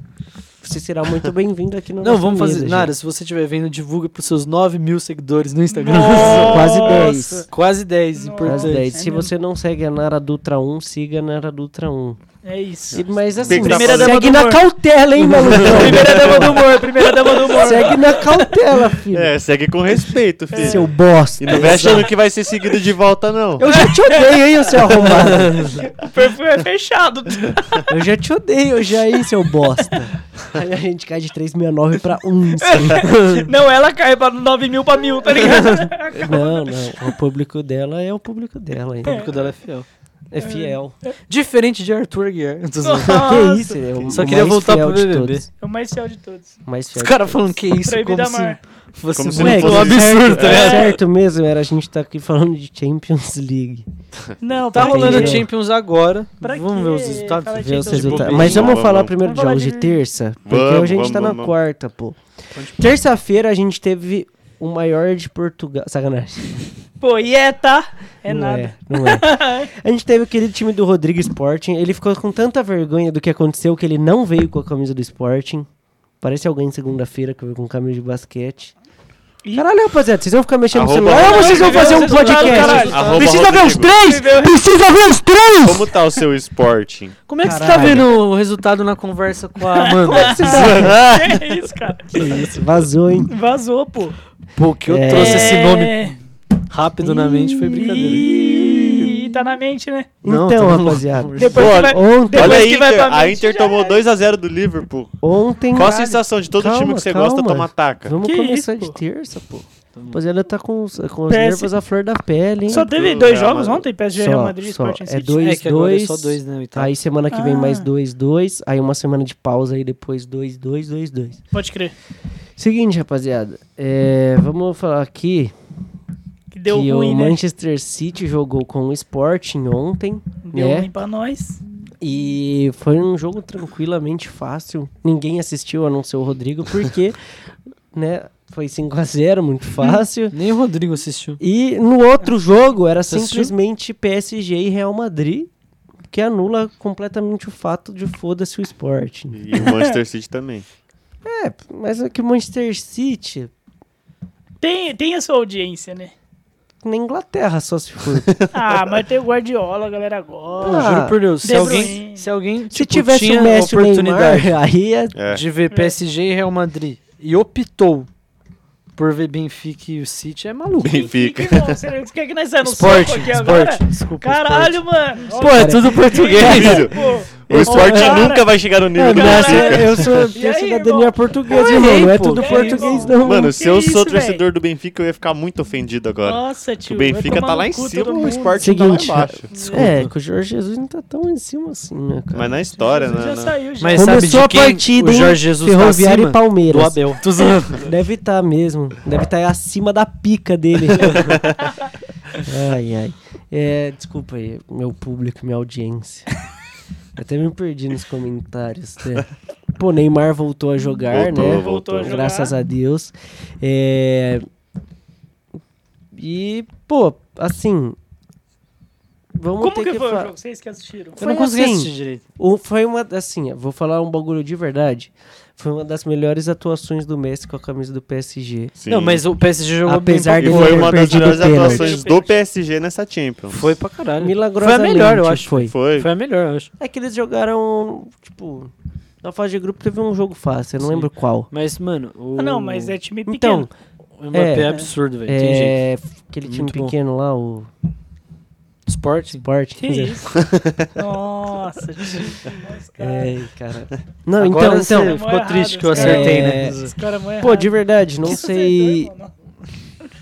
[SPEAKER 2] Você será muito bem-vindo aqui no
[SPEAKER 1] Não,
[SPEAKER 2] nosso
[SPEAKER 1] vamos fazer.
[SPEAKER 2] mesa,
[SPEAKER 1] Nara,
[SPEAKER 2] gente.
[SPEAKER 1] se você estiver vendo, divulga pros seus 9 mil seguidores no Instagram.
[SPEAKER 3] Nossa.
[SPEAKER 2] Quase 10.
[SPEAKER 1] Quase 10,
[SPEAKER 3] Nossa.
[SPEAKER 2] Quase
[SPEAKER 1] importante.
[SPEAKER 2] 10.
[SPEAKER 3] É
[SPEAKER 2] Se
[SPEAKER 3] mesmo.
[SPEAKER 2] você não segue a Nara Dutra 1, siga a Nara Dutra 1.
[SPEAKER 3] É isso.
[SPEAKER 2] E- Mas assim,
[SPEAKER 4] Tem que
[SPEAKER 3] dar pra-
[SPEAKER 2] segue
[SPEAKER 3] Primeira
[SPEAKER 2] na
[SPEAKER 3] dama do
[SPEAKER 2] cautela, hein, maluco?
[SPEAKER 3] Primeira dama do humor, primeira dama do humor.
[SPEAKER 2] segue na cautela, filho.
[SPEAKER 4] É, segue com respeito, filho.
[SPEAKER 2] Seu bosta.
[SPEAKER 4] E não vai achando que vai ser seguido de volta, não.
[SPEAKER 2] Eu já te odeio, hein, ô seu arrombado.
[SPEAKER 3] O perfil é fechado.
[SPEAKER 2] Eu já te odeio, já, hein, seu bosta. Aí a gente cai de 369 pra 1. sim.
[SPEAKER 3] Não, ela cai pra 9 mil pra mil, tá ligado?
[SPEAKER 2] Não, não. O público dela é o público dela, hein.
[SPEAKER 1] O público dela é fiel.
[SPEAKER 2] É fiel.
[SPEAKER 1] Diferente de Arthur Aguiar.
[SPEAKER 2] Que
[SPEAKER 3] Nossa.
[SPEAKER 2] isso, é o
[SPEAKER 1] Só
[SPEAKER 2] o
[SPEAKER 1] queria
[SPEAKER 2] mais
[SPEAKER 1] voltar
[SPEAKER 2] fiel
[SPEAKER 1] pro
[SPEAKER 2] de
[SPEAKER 1] BBB.
[SPEAKER 2] todos.
[SPEAKER 3] É o mais fiel de todos.
[SPEAKER 2] O Mais fiel
[SPEAKER 1] Os
[SPEAKER 2] de
[SPEAKER 1] caras falando que é isso,
[SPEAKER 3] Proibido
[SPEAKER 1] como se
[SPEAKER 3] amar.
[SPEAKER 1] fosse
[SPEAKER 4] Como se não
[SPEAKER 1] muito
[SPEAKER 4] fosse
[SPEAKER 1] um absurdo,
[SPEAKER 4] isso.
[SPEAKER 1] tá
[SPEAKER 2] É
[SPEAKER 1] ligado?
[SPEAKER 2] certo mesmo, era a gente tá aqui falando de Champions League.
[SPEAKER 3] Não,
[SPEAKER 1] Tá
[SPEAKER 2] Entendi.
[SPEAKER 1] rolando a
[SPEAKER 2] Entendi.
[SPEAKER 1] Champions agora.
[SPEAKER 3] Pra
[SPEAKER 1] vamos
[SPEAKER 3] quê?
[SPEAKER 1] ver os resultados.
[SPEAKER 3] Fala de
[SPEAKER 2] Ver os
[SPEAKER 3] Champions
[SPEAKER 2] resultados.
[SPEAKER 4] League.
[SPEAKER 2] tá- Mas
[SPEAKER 4] Boa,
[SPEAKER 2] vamos
[SPEAKER 4] boa,
[SPEAKER 2] falar
[SPEAKER 4] boa.
[SPEAKER 2] primeiro de
[SPEAKER 3] Vamos
[SPEAKER 2] jogos de
[SPEAKER 3] falar de-
[SPEAKER 2] terça, porque
[SPEAKER 4] Vamos,
[SPEAKER 2] hoje a gente
[SPEAKER 4] vamos,
[SPEAKER 2] tá na
[SPEAKER 4] vamos.
[SPEAKER 2] quarta, pô. Terça-feira a gente teve o maior de Portugal. Sacanagem.
[SPEAKER 3] Pô, e é, tá? É
[SPEAKER 2] não
[SPEAKER 3] nada.
[SPEAKER 2] É, não é. A gente teve aquele time do Rodrigo Sporting. Ele ficou com tanta vergonha do que aconteceu que ele não veio com a camisa do Sporting. Parece alguém segunda-feira que veio com camisa de basquete. Caralho, rapaziada, vocês vão ficar mexendo no
[SPEAKER 4] Arroba-
[SPEAKER 2] celular ou vocês vão
[SPEAKER 3] Arroba-
[SPEAKER 2] fazer um
[SPEAKER 3] Arroba-
[SPEAKER 2] podcast?
[SPEAKER 3] Caralho.
[SPEAKER 4] Arroba
[SPEAKER 2] Precisa ver os
[SPEAKER 4] Rodrigo.
[SPEAKER 1] é.
[SPEAKER 2] três! Precisa ver os três!
[SPEAKER 4] Como tá o seu Sporting?
[SPEAKER 1] Como é que você tá
[SPEAKER 2] Caralho.
[SPEAKER 1] vendo o resultado na conversa com a
[SPEAKER 3] é
[SPEAKER 1] Amanda?
[SPEAKER 3] Que é. isso, cara?
[SPEAKER 2] Que isso, vazou, hein?
[SPEAKER 3] Vazou, pô.
[SPEAKER 1] Pô, que eu
[SPEAKER 2] É.
[SPEAKER 1] trouxe esse nome
[SPEAKER 3] É.
[SPEAKER 1] rápido na mente foi brincadeira.
[SPEAKER 3] Ih, tá na mente, né?
[SPEAKER 1] Não,
[SPEAKER 2] então,
[SPEAKER 1] tá bom.
[SPEAKER 2] rapaziada,
[SPEAKER 3] Depois
[SPEAKER 4] Pô,
[SPEAKER 3] que vai...
[SPEAKER 2] ontem,
[SPEAKER 4] Olha
[SPEAKER 3] Depois
[SPEAKER 4] a
[SPEAKER 3] que vai
[SPEAKER 4] Inter.
[SPEAKER 3] pra
[SPEAKER 4] A
[SPEAKER 3] mente,
[SPEAKER 4] Inter
[SPEAKER 3] já
[SPEAKER 4] tomou
[SPEAKER 3] é.
[SPEAKER 4] 2x0 do Liverpool.
[SPEAKER 2] ontem.
[SPEAKER 4] Qual a sensação de todo
[SPEAKER 2] Calma,
[SPEAKER 4] time que você gosta
[SPEAKER 2] calma.
[SPEAKER 4] tomar taca?
[SPEAKER 2] Vamos
[SPEAKER 3] Que
[SPEAKER 2] começar
[SPEAKER 3] isso,
[SPEAKER 2] de
[SPEAKER 3] pô?
[SPEAKER 2] terça, pô. Rapaziada, tá com, os- com os
[SPEAKER 3] Péssimo.
[SPEAKER 2] nervos à flor da pele, hein?
[SPEAKER 3] Só teve
[SPEAKER 4] Do
[SPEAKER 3] dois
[SPEAKER 4] Real
[SPEAKER 3] jogos
[SPEAKER 4] Madrid.
[SPEAKER 3] ontem, PSG
[SPEAKER 2] Só,
[SPEAKER 3] Real Madrid e
[SPEAKER 2] só.
[SPEAKER 3] Sporting
[SPEAKER 2] É
[SPEAKER 3] City.
[SPEAKER 2] dois,
[SPEAKER 1] é que agora é só
[SPEAKER 2] dois.
[SPEAKER 1] dois, né? Oitavo.
[SPEAKER 2] Aí semana que vem
[SPEAKER 3] Ah.
[SPEAKER 2] mais dois, dois. Aí uma semana de pausa aí depois dois, dois, dois, dois.
[SPEAKER 3] É, Pode crer.
[SPEAKER 2] Seguinte, rapaziada. é, vamos falar aqui
[SPEAKER 3] Que deu
[SPEAKER 2] que
[SPEAKER 3] ruim,
[SPEAKER 2] o
[SPEAKER 3] né?
[SPEAKER 2] Manchester City jogou com o Sporting ontem.
[SPEAKER 3] Deu
[SPEAKER 1] é.
[SPEAKER 2] né?
[SPEAKER 3] ruim pra nós.
[SPEAKER 2] E foi um jogo tranquilamente fácil. Ninguém assistiu, a não ser o Rodrigo, porque né, foi 5 a 0 muito fácil.
[SPEAKER 1] Nem o Rodrigo assistiu.
[SPEAKER 2] E no outro jogo era
[SPEAKER 1] Você assistiu?
[SPEAKER 2] simplesmente PSG e Real Madrid, que anula completamente o fato de foda-se o esporte.
[SPEAKER 4] E o Manchester City também.
[SPEAKER 2] É, mas é que o Manchester City,
[SPEAKER 3] Tem, tem a sua audiência, né?
[SPEAKER 2] na Inglaterra só se for.
[SPEAKER 3] Ah, mas tem o Guardiola, a galera
[SPEAKER 1] Não,
[SPEAKER 3] gosta.
[SPEAKER 2] Ah,
[SPEAKER 1] juro por Deus. Se
[SPEAKER 3] De
[SPEAKER 1] alguém,
[SPEAKER 3] Bruyne.
[SPEAKER 1] se alguém
[SPEAKER 2] se
[SPEAKER 1] tipo,
[SPEAKER 2] tivesse
[SPEAKER 1] tinha
[SPEAKER 2] o Messi e
[SPEAKER 1] a
[SPEAKER 2] o
[SPEAKER 1] oportunidade
[SPEAKER 2] Neymar, aí é...
[SPEAKER 4] É.
[SPEAKER 1] de ver PSG e Real Madrid e optou por ver Benfica e o City, é maluco.
[SPEAKER 4] Benfica.
[SPEAKER 3] Que- que- que- Será que- Quer que nós saímos Tá no
[SPEAKER 1] Esporte,
[SPEAKER 3] soco aqui agora?
[SPEAKER 1] esporte, desculpa.
[SPEAKER 3] Caralho, mano.
[SPEAKER 1] esporte. Pô, é tudo português.
[SPEAKER 4] Filho,
[SPEAKER 3] Pô,
[SPEAKER 4] O esporte
[SPEAKER 3] Cara.
[SPEAKER 4] nunca vai chegar no nível do
[SPEAKER 3] Cara,
[SPEAKER 4] Benfica.
[SPEAKER 2] eu sou eu
[SPEAKER 3] E
[SPEAKER 2] tenho
[SPEAKER 3] aí,
[SPEAKER 2] cidadania
[SPEAKER 3] irmão?
[SPEAKER 2] portuguesa,
[SPEAKER 1] Eu
[SPEAKER 2] irmão.
[SPEAKER 1] errei,
[SPEAKER 2] Não é
[SPEAKER 1] pô.
[SPEAKER 2] tudo
[SPEAKER 1] Que
[SPEAKER 2] português,
[SPEAKER 3] isso?
[SPEAKER 2] não.
[SPEAKER 4] Mano, se
[SPEAKER 3] que
[SPEAKER 4] eu
[SPEAKER 3] isso,
[SPEAKER 4] sou
[SPEAKER 3] velho?
[SPEAKER 4] torcedor do Benfica, eu ia ficar muito ofendido agora.
[SPEAKER 3] Nossa, tio.
[SPEAKER 4] o
[SPEAKER 3] vai
[SPEAKER 4] Benfica
[SPEAKER 3] tomar
[SPEAKER 4] tá
[SPEAKER 3] no
[SPEAKER 4] lá em
[SPEAKER 3] cu
[SPEAKER 4] cima,
[SPEAKER 3] todo
[SPEAKER 4] o
[SPEAKER 3] mundo.
[SPEAKER 4] esporte
[SPEAKER 2] Seguinte,
[SPEAKER 4] tá lá embaixo.
[SPEAKER 1] Desculpa.
[SPEAKER 2] É, que o Jorge Jesus não tá tão em cima assim, né, cara?
[SPEAKER 4] Mas na história,
[SPEAKER 3] Jesus
[SPEAKER 4] né?
[SPEAKER 3] Já
[SPEAKER 4] né?
[SPEAKER 3] saiu, já.
[SPEAKER 1] Mas sabe
[SPEAKER 2] Começou
[SPEAKER 1] de
[SPEAKER 2] a
[SPEAKER 1] quem
[SPEAKER 2] partida,
[SPEAKER 1] o
[SPEAKER 2] hein?
[SPEAKER 1] Jorge Jesus tá
[SPEAKER 2] Ferroviário
[SPEAKER 1] acima?
[SPEAKER 2] e Palmeiras.
[SPEAKER 1] Do Abel. Tô zoando.
[SPEAKER 2] Deve estar mesmo. Deve estar acima da pica dele. ai, ai. É, desculpa aí, meu público, minha audiência. Até me perdi nos comentários. Né? Pô, Neymar voltou a jogar,
[SPEAKER 4] Voltou,
[SPEAKER 2] né?
[SPEAKER 4] voltou a
[SPEAKER 3] jogar.
[SPEAKER 2] Graças a Deus. É... E, pô, assim. Vamos
[SPEAKER 3] Como
[SPEAKER 2] ter
[SPEAKER 3] que, foi
[SPEAKER 2] fa-
[SPEAKER 3] o jogo? Vocês que assistiram.
[SPEAKER 1] Eu não
[SPEAKER 2] Foi
[SPEAKER 1] consegui
[SPEAKER 2] assim.
[SPEAKER 1] assistir direito.
[SPEAKER 2] o- Foi uma. Assim, eu vou falar um bagulho de verdade. Foi uma das melhores atuações do Messi com a camisa do PSG.
[SPEAKER 4] Sim.
[SPEAKER 1] Não, mas o PSG jogou
[SPEAKER 2] Apesar
[SPEAKER 1] bem pra
[SPEAKER 4] E
[SPEAKER 2] dele
[SPEAKER 4] foi
[SPEAKER 2] ter
[SPEAKER 4] uma das
[SPEAKER 2] perdido
[SPEAKER 4] melhores
[SPEAKER 2] o pênalti.
[SPEAKER 4] atuações do PSG nessa Champions.
[SPEAKER 1] Foi pra caralho.
[SPEAKER 2] Milagrosamente.
[SPEAKER 1] Foi a melhor, eu acho.
[SPEAKER 2] Foi.
[SPEAKER 4] Foi.
[SPEAKER 1] Foi a melhor, eu acho.
[SPEAKER 2] É que eles jogaram, tipo, na fase de grupo teve um jogo fácil, eu não
[SPEAKER 1] Sim.
[SPEAKER 2] lembro qual.
[SPEAKER 1] Mas, mano, o...
[SPEAKER 3] Ah, não, mas é time pequeno.
[SPEAKER 2] Então,
[SPEAKER 1] O Mbappé é,
[SPEAKER 2] é.
[SPEAKER 1] absurdo, velho. Tem jeito.
[SPEAKER 2] é, aquele time
[SPEAKER 1] Muito bom.
[SPEAKER 2] pequeno lá, o
[SPEAKER 1] Sporting.
[SPEAKER 2] Sport.
[SPEAKER 3] que isso? Nossa, tio. Os caras é
[SPEAKER 2] É, cara. Não,
[SPEAKER 1] Agora
[SPEAKER 2] então,
[SPEAKER 1] você é
[SPEAKER 2] então.
[SPEAKER 1] ficou
[SPEAKER 3] Errado,
[SPEAKER 1] triste que eu
[SPEAKER 3] os caras-
[SPEAKER 1] acertei,
[SPEAKER 2] É.
[SPEAKER 1] né?
[SPEAKER 3] mó
[SPEAKER 2] Pô,
[SPEAKER 3] errado.
[SPEAKER 2] de verdade, não
[SPEAKER 3] Que
[SPEAKER 2] sei,
[SPEAKER 3] acertou, irmão,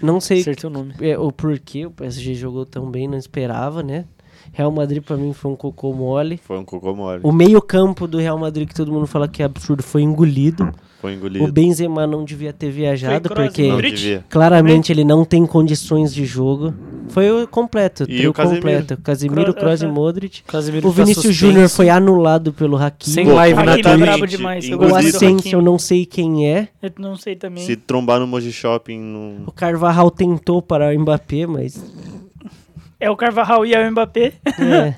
[SPEAKER 2] não sei
[SPEAKER 1] Acertei o nome.
[SPEAKER 2] é, o porquê o PSG jogou tão bem, não esperava, né? Real Madrid pra mim foi um cocô mole.
[SPEAKER 4] Foi um cocô mole.
[SPEAKER 2] O meio-campo do Real Madrid que todo mundo fala que é absurdo foi engolido.
[SPEAKER 4] Foi
[SPEAKER 2] O
[SPEAKER 4] engolido.
[SPEAKER 2] Benzema não devia ter viajado
[SPEAKER 3] Kroos e
[SPEAKER 2] porque
[SPEAKER 4] Não
[SPEAKER 3] Modric.
[SPEAKER 4] devia.
[SPEAKER 2] Claramente ele não tem condições de jogo. Foi o completo, o
[SPEAKER 4] E
[SPEAKER 2] trio
[SPEAKER 4] o Casemiro.
[SPEAKER 2] completo. Casemiro,
[SPEAKER 3] Kroos,
[SPEAKER 2] Kroos e
[SPEAKER 3] aham.
[SPEAKER 2] Modric.
[SPEAKER 1] Casemiro
[SPEAKER 2] O
[SPEAKER 1] tá
[SPEAKER 2] Vinícius
[SPEAKER 1] suspenso.
[SPEAKER 2] Júnior foi anulado pelo
[SPEAKER 1] Sem
[SPEAKER 2] Hakimi.
[SPEAKER 4] Pô, tá
[SPEAKER 1] live na
[SPEAKER 3] Hakimi é
[SPEAKER 4] completamente
[SPEAKER 1] Twitch.
[SPEAKER 3] brabo demais, eu
[SPEAKER 2] O
[SPEAKER 3] gosto
[SPEAKER 4] engolido.
[SPEAKER 3] do Hakimi.
[SPEAKER 2] Asensio eu não sei quem é.
[SPEAKER 3] não. Eu não sei também.
[SPEAKER 4] Se trombar no Moji Shopping, não...
[SPEAKER 2] O Carvajal tentou parar o Mbappé, mas...
[SPEAKER 3] É o Carvajal e é o Mbappé.
[SPEAKER 2] É.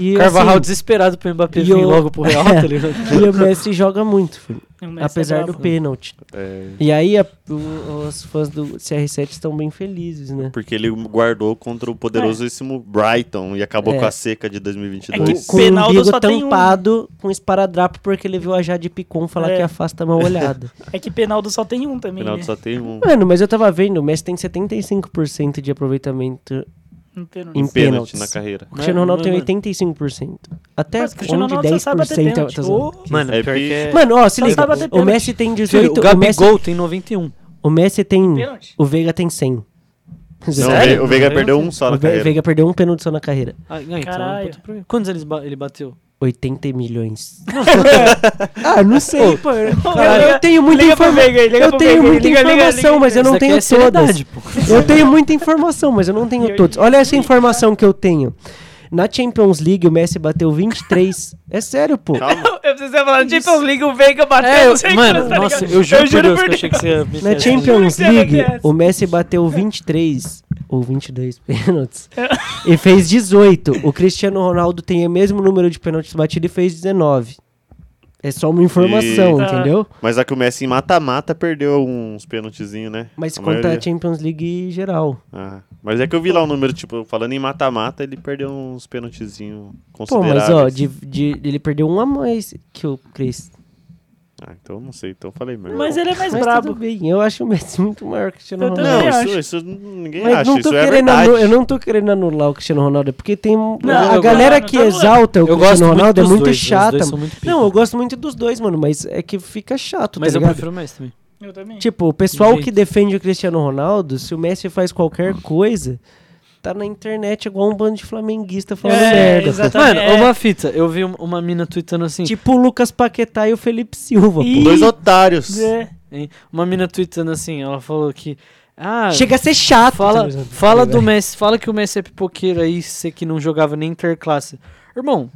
[SPEAKER 2] E,
[SPEAKER 1] Carvajal
[SPEAKER 2] assim,
[SPEAKER 1] desesperado pro Mbappé
[SPEAKER 2] e
[SPEAKER 1] vir
[SPEAKER 2] o-
[SPEAKER 1] logo pro Real, tá ligado?
[SPEAKER 2] e o Messi joga muito, filho,
[SPEAKER 3] O Messi é
[SPEAKER 2] apesar do
[SPEAKER 3] brabo.
[SPEAKER 2] pênalti.
[SPEAKER 4] é,
[SPEAKER 2] E aí a- o- os fãs do CR7 estão bem felizes, né?
[SPEAKER 4] porque ele guardou contra o poderosíssimo Brighton e acabou
[SPEAKER 2] É.
[SPEAKER 4] com a seca
[SPEAKER 3] É
[SPEAKER 4] de
[SPEAKER 3] que
[SPEAKER 4] 2022.
[SPEAKER 2] Com o
[SPEAKER 3] Penaldo
[SPEAKER 2] umbigo
[SPEAKER 3] só tem um.
[SPEAKER 2] tampado com esparadrapo porque ele viu a Jade Picon falar
[SPEAKER 3] É.
[SPEAKER 2] que afasta a mão olhada.
[SPEAKER 3] É que Penaldo só tem um também,
[SPEAKER 4] Penalti
[SPEAKER 3] né?
[SPEAKER 4] só tem um.
[SPEAKER 2] Mano, mas eu tava vendo, o Messi tem 75% de aproveitamento.
[SPEAKER 3] Um pênalti.
[SPEAKER 2] Em
[SPEAKER 4] Um pênalti
[SPEAKER 2] pênaltis.
[SPEAKER 4] na carreira.
[SPEAKER 2] O Cristiano
[SPEAKER 1] Mano,
[SPEAKER 2] Ronaldo tem
[SPEAKER 1] mano.
[SPEAKER 2] 85%. Até
[SPEAKER 3] Mas o Cristiano
[SPEAKER 2] onde
[SPEAKER 3] Ronaldo só sabe bater
[SPEAKER 2] 10%
[SPEAKER 3] pênalti.
[SPEAKER 2] tá zoando.
[SPEAKER 3] Ô,
[SPEAKER 1] Mano,
[SPEAKER 4] É
[SPEAKER 1] pior que é...
[SPEAKER 2] Mano, ó, se
[SPEAKER 3] Só
[SPEAKER 2] liga.
[SPEAKER 3] sabe bater
[SPEAKER 2] O
[SPEAKER 3] pênalti.
[SPEAKER 2] Messi tem
[SPEAKER 1] Filho,
[SPEAKER 2] 18,
[SPEAKER 1] o
[SPEAKER 2] o Messi,
[SPEAKER 1] Gabigol tem 91.
[SPEAKER 2] o Messi tem,
[SPEAKER 3] Pênalti.
[SPEAKER 2] o Veiga tem 100.
[SPEAKER 4] Não, o
[SPEAKER 1] Sério?
[SPEAKER 4] Ve- o Veiga
[SPEAKER 1] Não,
[SPEAKER 4] perdeu
[SPEAKER 1] eu-
[SPEAKER 4] um só
[SPEAKER 2] O
[SPEAKER 4] na
[SPEAKER 2] Ve-
[SPEAKER 4] carreira.
[SPEAKER 2] Veiga perdeu um pênalti só na carreira.
[SPEAKER 1] Ah, não, então,
[SPEAKER 3] Caralho.
[SPEAKER 1] puta problema. Quantos eles ba- ele bateu?
[SPEAKER 2] 80 milhões. ah, não sei, pô. Eu,
[SPEAKER 3] Liga-
[SPEAKER 2] eu tenho muita
[SPEAKER 3] liga pro
[SPEAKER 2] informa-
[SPEAKER 3] Veiga aí, liga
[SPEAKER 2] Eu
[SPEAKER 3] pro
[SPEAKER 2] tenho
[SPEAKER 3] Veiga aí,
[SPEAKER 2] muita
[SPEAKER 3] liga, liga,
[SPEAKER 2] informação,
[SPEAKER 3] liga.
[SPEAKER 2] mas eu não
[SPEAKER 1] Essa aqui
[SPEAKER 2] tenho
[SPEAKER 1] é
[SPEAKER 2] todas.
[SPEAKER 1] seriedade, pô.
[SPEAKER 2] Eu tenho muita informação, mas eu não tenho todos. Olha essa informação que eu tenho. Na Champions League, o Messi bateu 23. é sério, pô.
[SPEAKER 4] Calma.
[SPEAKER 3] Eu precisava falar no Champions League, o Veiga bateu,
[SPEAKER 1] É,
[SPEAKER 3] não sei
[SPEAKER 1] eu- mano,
[SPEAKER 3] quantos, tá
[SPEAKER 1] nossa,
[SPEAKER 3] ligado?
[SPEAKER 1] eu juro por Deus
[SPEAKER 3] por
[SPEAKER 1] que eu achei que você ia me
[SPEAKER 2] Na
[SPEAKER 1] testar.
[SPEAKER 2] Champions
[SPEAKER 3] Juro que você
[SPEAKER 2] League,
[SPEAKER 3] arrebenta.
[SPEAKER 2] o Messi bateu 23 ou 22 pênaltis e fez 18. O Cristiano Ronaldo tem o mesmo número de pênaltis batidos e fez 19. É só uma informação,
[SPEAKER 3] Eita.
[SPEAKER 2] entendeu?
[SPEAKER 4] Mas é que o Messi em mata-mata perdeu uns pênaltizinhos, né?
[SPEAKER 2] Mas
[SPEAKER 4] A
[SPEAKER 2] conta
[SPEAKER 4] maioria.
[SPEAKER 2] a Champions League geral.
[SPEAKER 4] Ah, mas é que eu vi lá o número, tipo, falando em mata-mata, ele perdeu uns pênaltizinhos
[SPEAKER 2] Pô,
[SPEAKER 4] consideráveis.
[SPEAKER 2] mas
[SPEAKER 4] assim.
[SPEAKER 1] assim.
[SPEAKER 2] ó, de- de- ele perdeu um a mais que o Cris.
[SPEAKER 4] Ah, então não sei, então eu falei mesmo.
[SPEAKER 3] Mas ele é mais
[SPEAKER 2] Mas
[SPEAKER 3] brabo.
[SPEAKER 2] tudo bem, eu acho o Messi muito maior que o Cristiano
[SPEAKER 3] Eu
[SPEAKER 2] Ronaldo.
[SPEAKER 4] Não,
[SPEAKER 3] também acho.
[SPEAKER 4] isso, isso ninguém
[SPEAKER 2] Mas
[SPEAKER 4] acha,
[SPEAKER 2] não tô
[SPEAKER 4] isso é
[SPEAKER 2] querendo
[SPEAKER 4] verdade.
[SPEAKER 2] anu- eu não tô querendo anular o Cristiano Ronaldo, é porque tem. a
[SPEAKER 1] eu
[SPEAKER 2] galera
[SPEAKER 3] gosto.
[SPEAKER 2] que
[SPEAKER 3] Não, não, não.
[SPEAKER 2] exalta o
[SPEAKER 1] Eu gosto
[SPEAKER 2] Cristiano Ronaldo é
[SPEAKER 1] dos
[SPEAKER 2] muito
[SPEAKER 1] dois, os
[SPEAKER 2] chata.
[SPEAKER 1] dois são muito pica.
[SPEAKER 2] Não, eu gosto muito dos dois, mano, mas é que fica chato,
[SPEAKER 1] Mas
[SPEAKER 2] tá
[SPEAKER 1] eu
[SPEAKER 2] ligado?
[SPEAKER 1] prefiro mais também.
[SPEAKER 3] Eu também.
[SPEAKER 2] Tipo, o pessoal
[SPEAKER 1] Jeito.
[SPEAKER 2] que defende o Cristiano Ronaldo, se o Messi faz qualquer coisa, tá na internet igual um bando de flamenguista falando
[SPEAKER 3] É,
[SPEAKER 2] merda.
[SPEAKER 3] exatamente.
[SPEAKER 1] Mano,
[SPEAKER 3] É.
[SPEAKER 1] uma fita, eu vi um- uma mina tweetando assim,
[SPEAKER 2] Tipo o Lucas Paquetá e o Felipe Silva,
[SPEAKER 3] Ih,
[SPEAKER 2] pô.
[SPEAKER 4] Dois otários.
[SPEAKER 3] É.
[SPEAKER 1] hein? uma mina tweetando assim, ela falou que, ah,
[SPEAKER 2] Chega a ser chato.
[SPEAKER 1] fala,
[SPEAKER 2] sabe?
[SPEAKER 3] é
[SPEAKER 1] fala do Messi, fala que o Messi é pipoqueiro aí, você que não jogava nem interclasse. Irmão,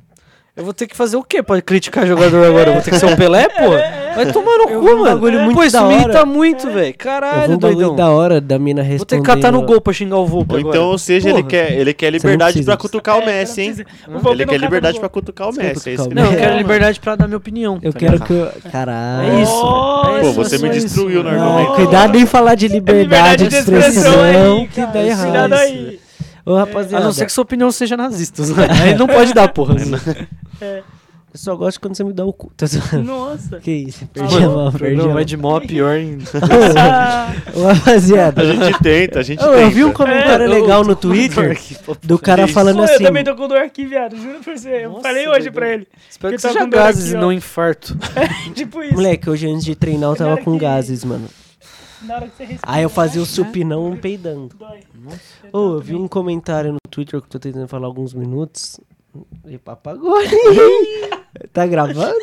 [SPEAKER 1] eu vou ter que fazer o quê pra criticar jogador agora? Eu vou ter que ser um Pelé, pô? Vai tomar no
[SPEAKER 2] É, Eu vi
[SPEAKER 1] cu,
[SPEAKER 2] um
[SPEAKER 1] mano.
[SPEAKER 2] bagulho muito
[SPEAKER 1] pô, isso
[SPEAKER 2] da
[SPEAKER 1] me
[SPEAKER 2] hora. É.
[SPEAKER 1] irrita muito, velho.
[SPEAKER 2] Eu
[SPEAKER 1] Caralho,
[SPEAKER 2] vou
[SPEAKER 1] doidão.
[SPEAKER 2] doidão. da hora da mina responder.
[SPEAKER 1] Vou ter que catar no gol pra xingar o Volpe
[SPEAKER 4] Ou
[SPEAKER 1] agora.
[SPEAKER 4] então, ou seja, ele
[SPEAKER 1] Porra.
[SPEAKER 4] quer, ele quer
[SPEAKER 2] não
[SPEAKER 4] liberdade
[SPEAKER 2] precisa.
[SPEAKER 4] pra cutucar o
[SPEAKER 3] É,
[SPEAKER 4] Messi, hein?
[SPEAKER 3] você não precisa. O
[SPEAKER 2] Hum.
[SPEAKER 3] Volpe
[SPEAKER 4] Ele
[SPEAKER 3] não
[SPEAKER 4] quer
[SPEAKER 3] cata
[SPEAKER 4] liberdade
[SPEAKER 3] no
[SPEAKER 4] pra
[SPEAKER 3] gol.
[SPEAKER 4] cutucar o
[SPEAKER 2] Você quer
[SPEAKER 4] Messi. é
[SPEAKER 2] cutucar
[SPEAKER 4] isso que
[SPEAKER 2] o
[SPEAKER 4] ele
[SPEAKER 1] Não, eu
[SPEAKER 4] quer.
[SPEAKER 1] quero liberdade pra dar minha opinião.
[SPEAKER 2] Eu
[SPEAKER 1] tá
[SPEAKER 2] quero
[SPEAKER 1] ligado?
[SPEAKER 2] que eu... Caralho.
[SPEAKER 1] É isso.
[SPEAKER 3] Nossa,
[SPEAKER 4] Pô, você me
[SPEAKER 3] isso.
[SPEAKER 4] destruiu no
[SPEAKER 2] Ah,
[SPEAKER 4] argumento.
[SPEAKER 2] cuidado em falar de liberdade,
[SPEAKER 3] liberdade
[SPEAKER 2] de
[SPEAKER 3] de É expressão
[SPEAKER 2] expressão,
[SPEAKER 3] aí,
[SPEAKER 2] que
[SPEAKER 3] cara.
[SPEAKER 2] dá errado.
[SPEAKER 3] Cuidado
[SPEAKER 2] isso,
[SPEAKER 3] aí.
[SPEAKER 2] velho. Ô,
[SPEAKER 1] A
[SPEAKER 2] rapaziada.
[SPEAKER 1] não ser que sua opinião seja nazista. né? Aí não pode dar, porra.
[SPEAKER 2] Eu só gosto quando você me dá o cu. Tô zoando.
[SPEAKER 3] Nossa.
[SPEAKER 2] Que isso,
[SPEAKER 3] Tá
[SPEAKER 2] perdi a mão, perdi a
[SPEAKER 1] Perdão,
[SPEAKER 2] mão.
[SPEAKER 1] mas de mó é pior ainda.
[SPEAKER 3] Ah,
[SPEAKER 2] Ô, rapaziada,
[SPEAKER 4] A gente tenta, a gente
[SPEAKER 2] eu,
[SPEAKER 4] tenta.
[SPEAKER 2] eu vi um comentário
[SPEAKER 3] É,
[SPEAKER 2] legal no Twitter do cara
[SPEAKER 4] Isso.
[SPEAKER 2] falando
[SPEAKER 3] pô,
[SPEAKER 2] assim...
[SPEAKER 3] Eu também tô com dor aqui, viado. Juro pra você. Eu
[SPEAKER 1] Nossa,
[SPEAKER 3] falei hoje
[SPEAKER 1] doidão.
[SPEAKER 3] pra ele.
[SPEAKER 1] Espero
[SPEAKER 3] Que
[SPEAKER 1] que seja
[SPEAKER 3] tá com dor
[SPEAKER 1] gases
[SPEAKER 3] aqui,
[SPEAKER 1] e
[SPEAKER 3] ó.
[SPEAKER 1] não infarto.
[SPEAKER 3] Tipo isso.
[SPEAKER 2] Moleque, hoje antes de treinar eu tava
[SPEAKER 3] Cara,
[SPEAKER 2] com
[SPEAKER 3] que-
[SPEAKER 2] gases, mano.
[SPEAKER 3] Na hora que você respira. né?
[SPEAKER 2] Aí eu fazia o supinão peidando.
[SPEAKER 3] Dói.
[SPEAKER 2] Ô, eu vi um comentário no Twitter que eu tô tentando falar há alguns minutos. E apagou. tá gravando?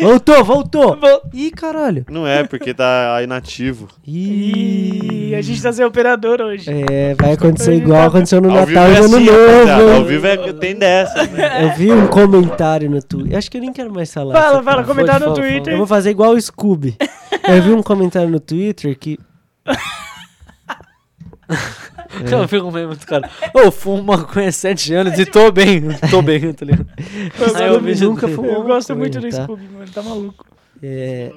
[SPEAKER 2] Voltou, voltou.
[SPEAKER 3] Bom,
[SPEAKER 2] Ih, caralho.
[SPEAKER 4] Não é, porque tá inativo.
[SPEAKER 2] Ih.
[SPEAKER 3] E a gente tá sem operador hoje.
[SPEAKER 2] É, vai acontecer igual aconteceu no
[SPEAKER 4] Ao vivo
[SPEAKER 2] Natal e
[SPEAKER 4] é
[SPEAKER 2] no Ano
[SPEAKER 4] assim, rapaziada. Ao
[SPEAKER 2] Novo.
[SPEAKER 4] vivo é, tem dessa, né?
[SPEAKER 2] Eu vi um comentário no Twitter. Acho que eu nem quero mais falar.
[SPEAKER 3] Fala,
[SPEAKER 2] essa
[SPEAKER 3] fala,
[SPEAKER 2] porra.
[SPEAKER 3] comentar
[SPEAKER 1] Foi,
[SPEAKER 3] no
[SPEAKER 1] foi, foi.
[SPEAKER 3] Twitter.
[SPEAKER 2] Eu vou fazer igual o Scooby. Eu vi um comentário no Twitter que.
[SPEAKER 1] Eu fico meio muito cara. Ô, fumo maconha há sete anos e tô bem. Tô bem, tá ligado?
[SPEAKER 3] Eu
[SPEAKER 1] Aí
[SPEAKER 3] gosto
[SPEAKER 1] eu vejo
[SPEAKER 2] nunca fumou
[SPEAKER 3] Eu gosto muito do
[SPEAKER 2] maconha, tá?
[SPEAKER 3] Scooby, mano. Tá maluco.
[SPEAKER 2] É...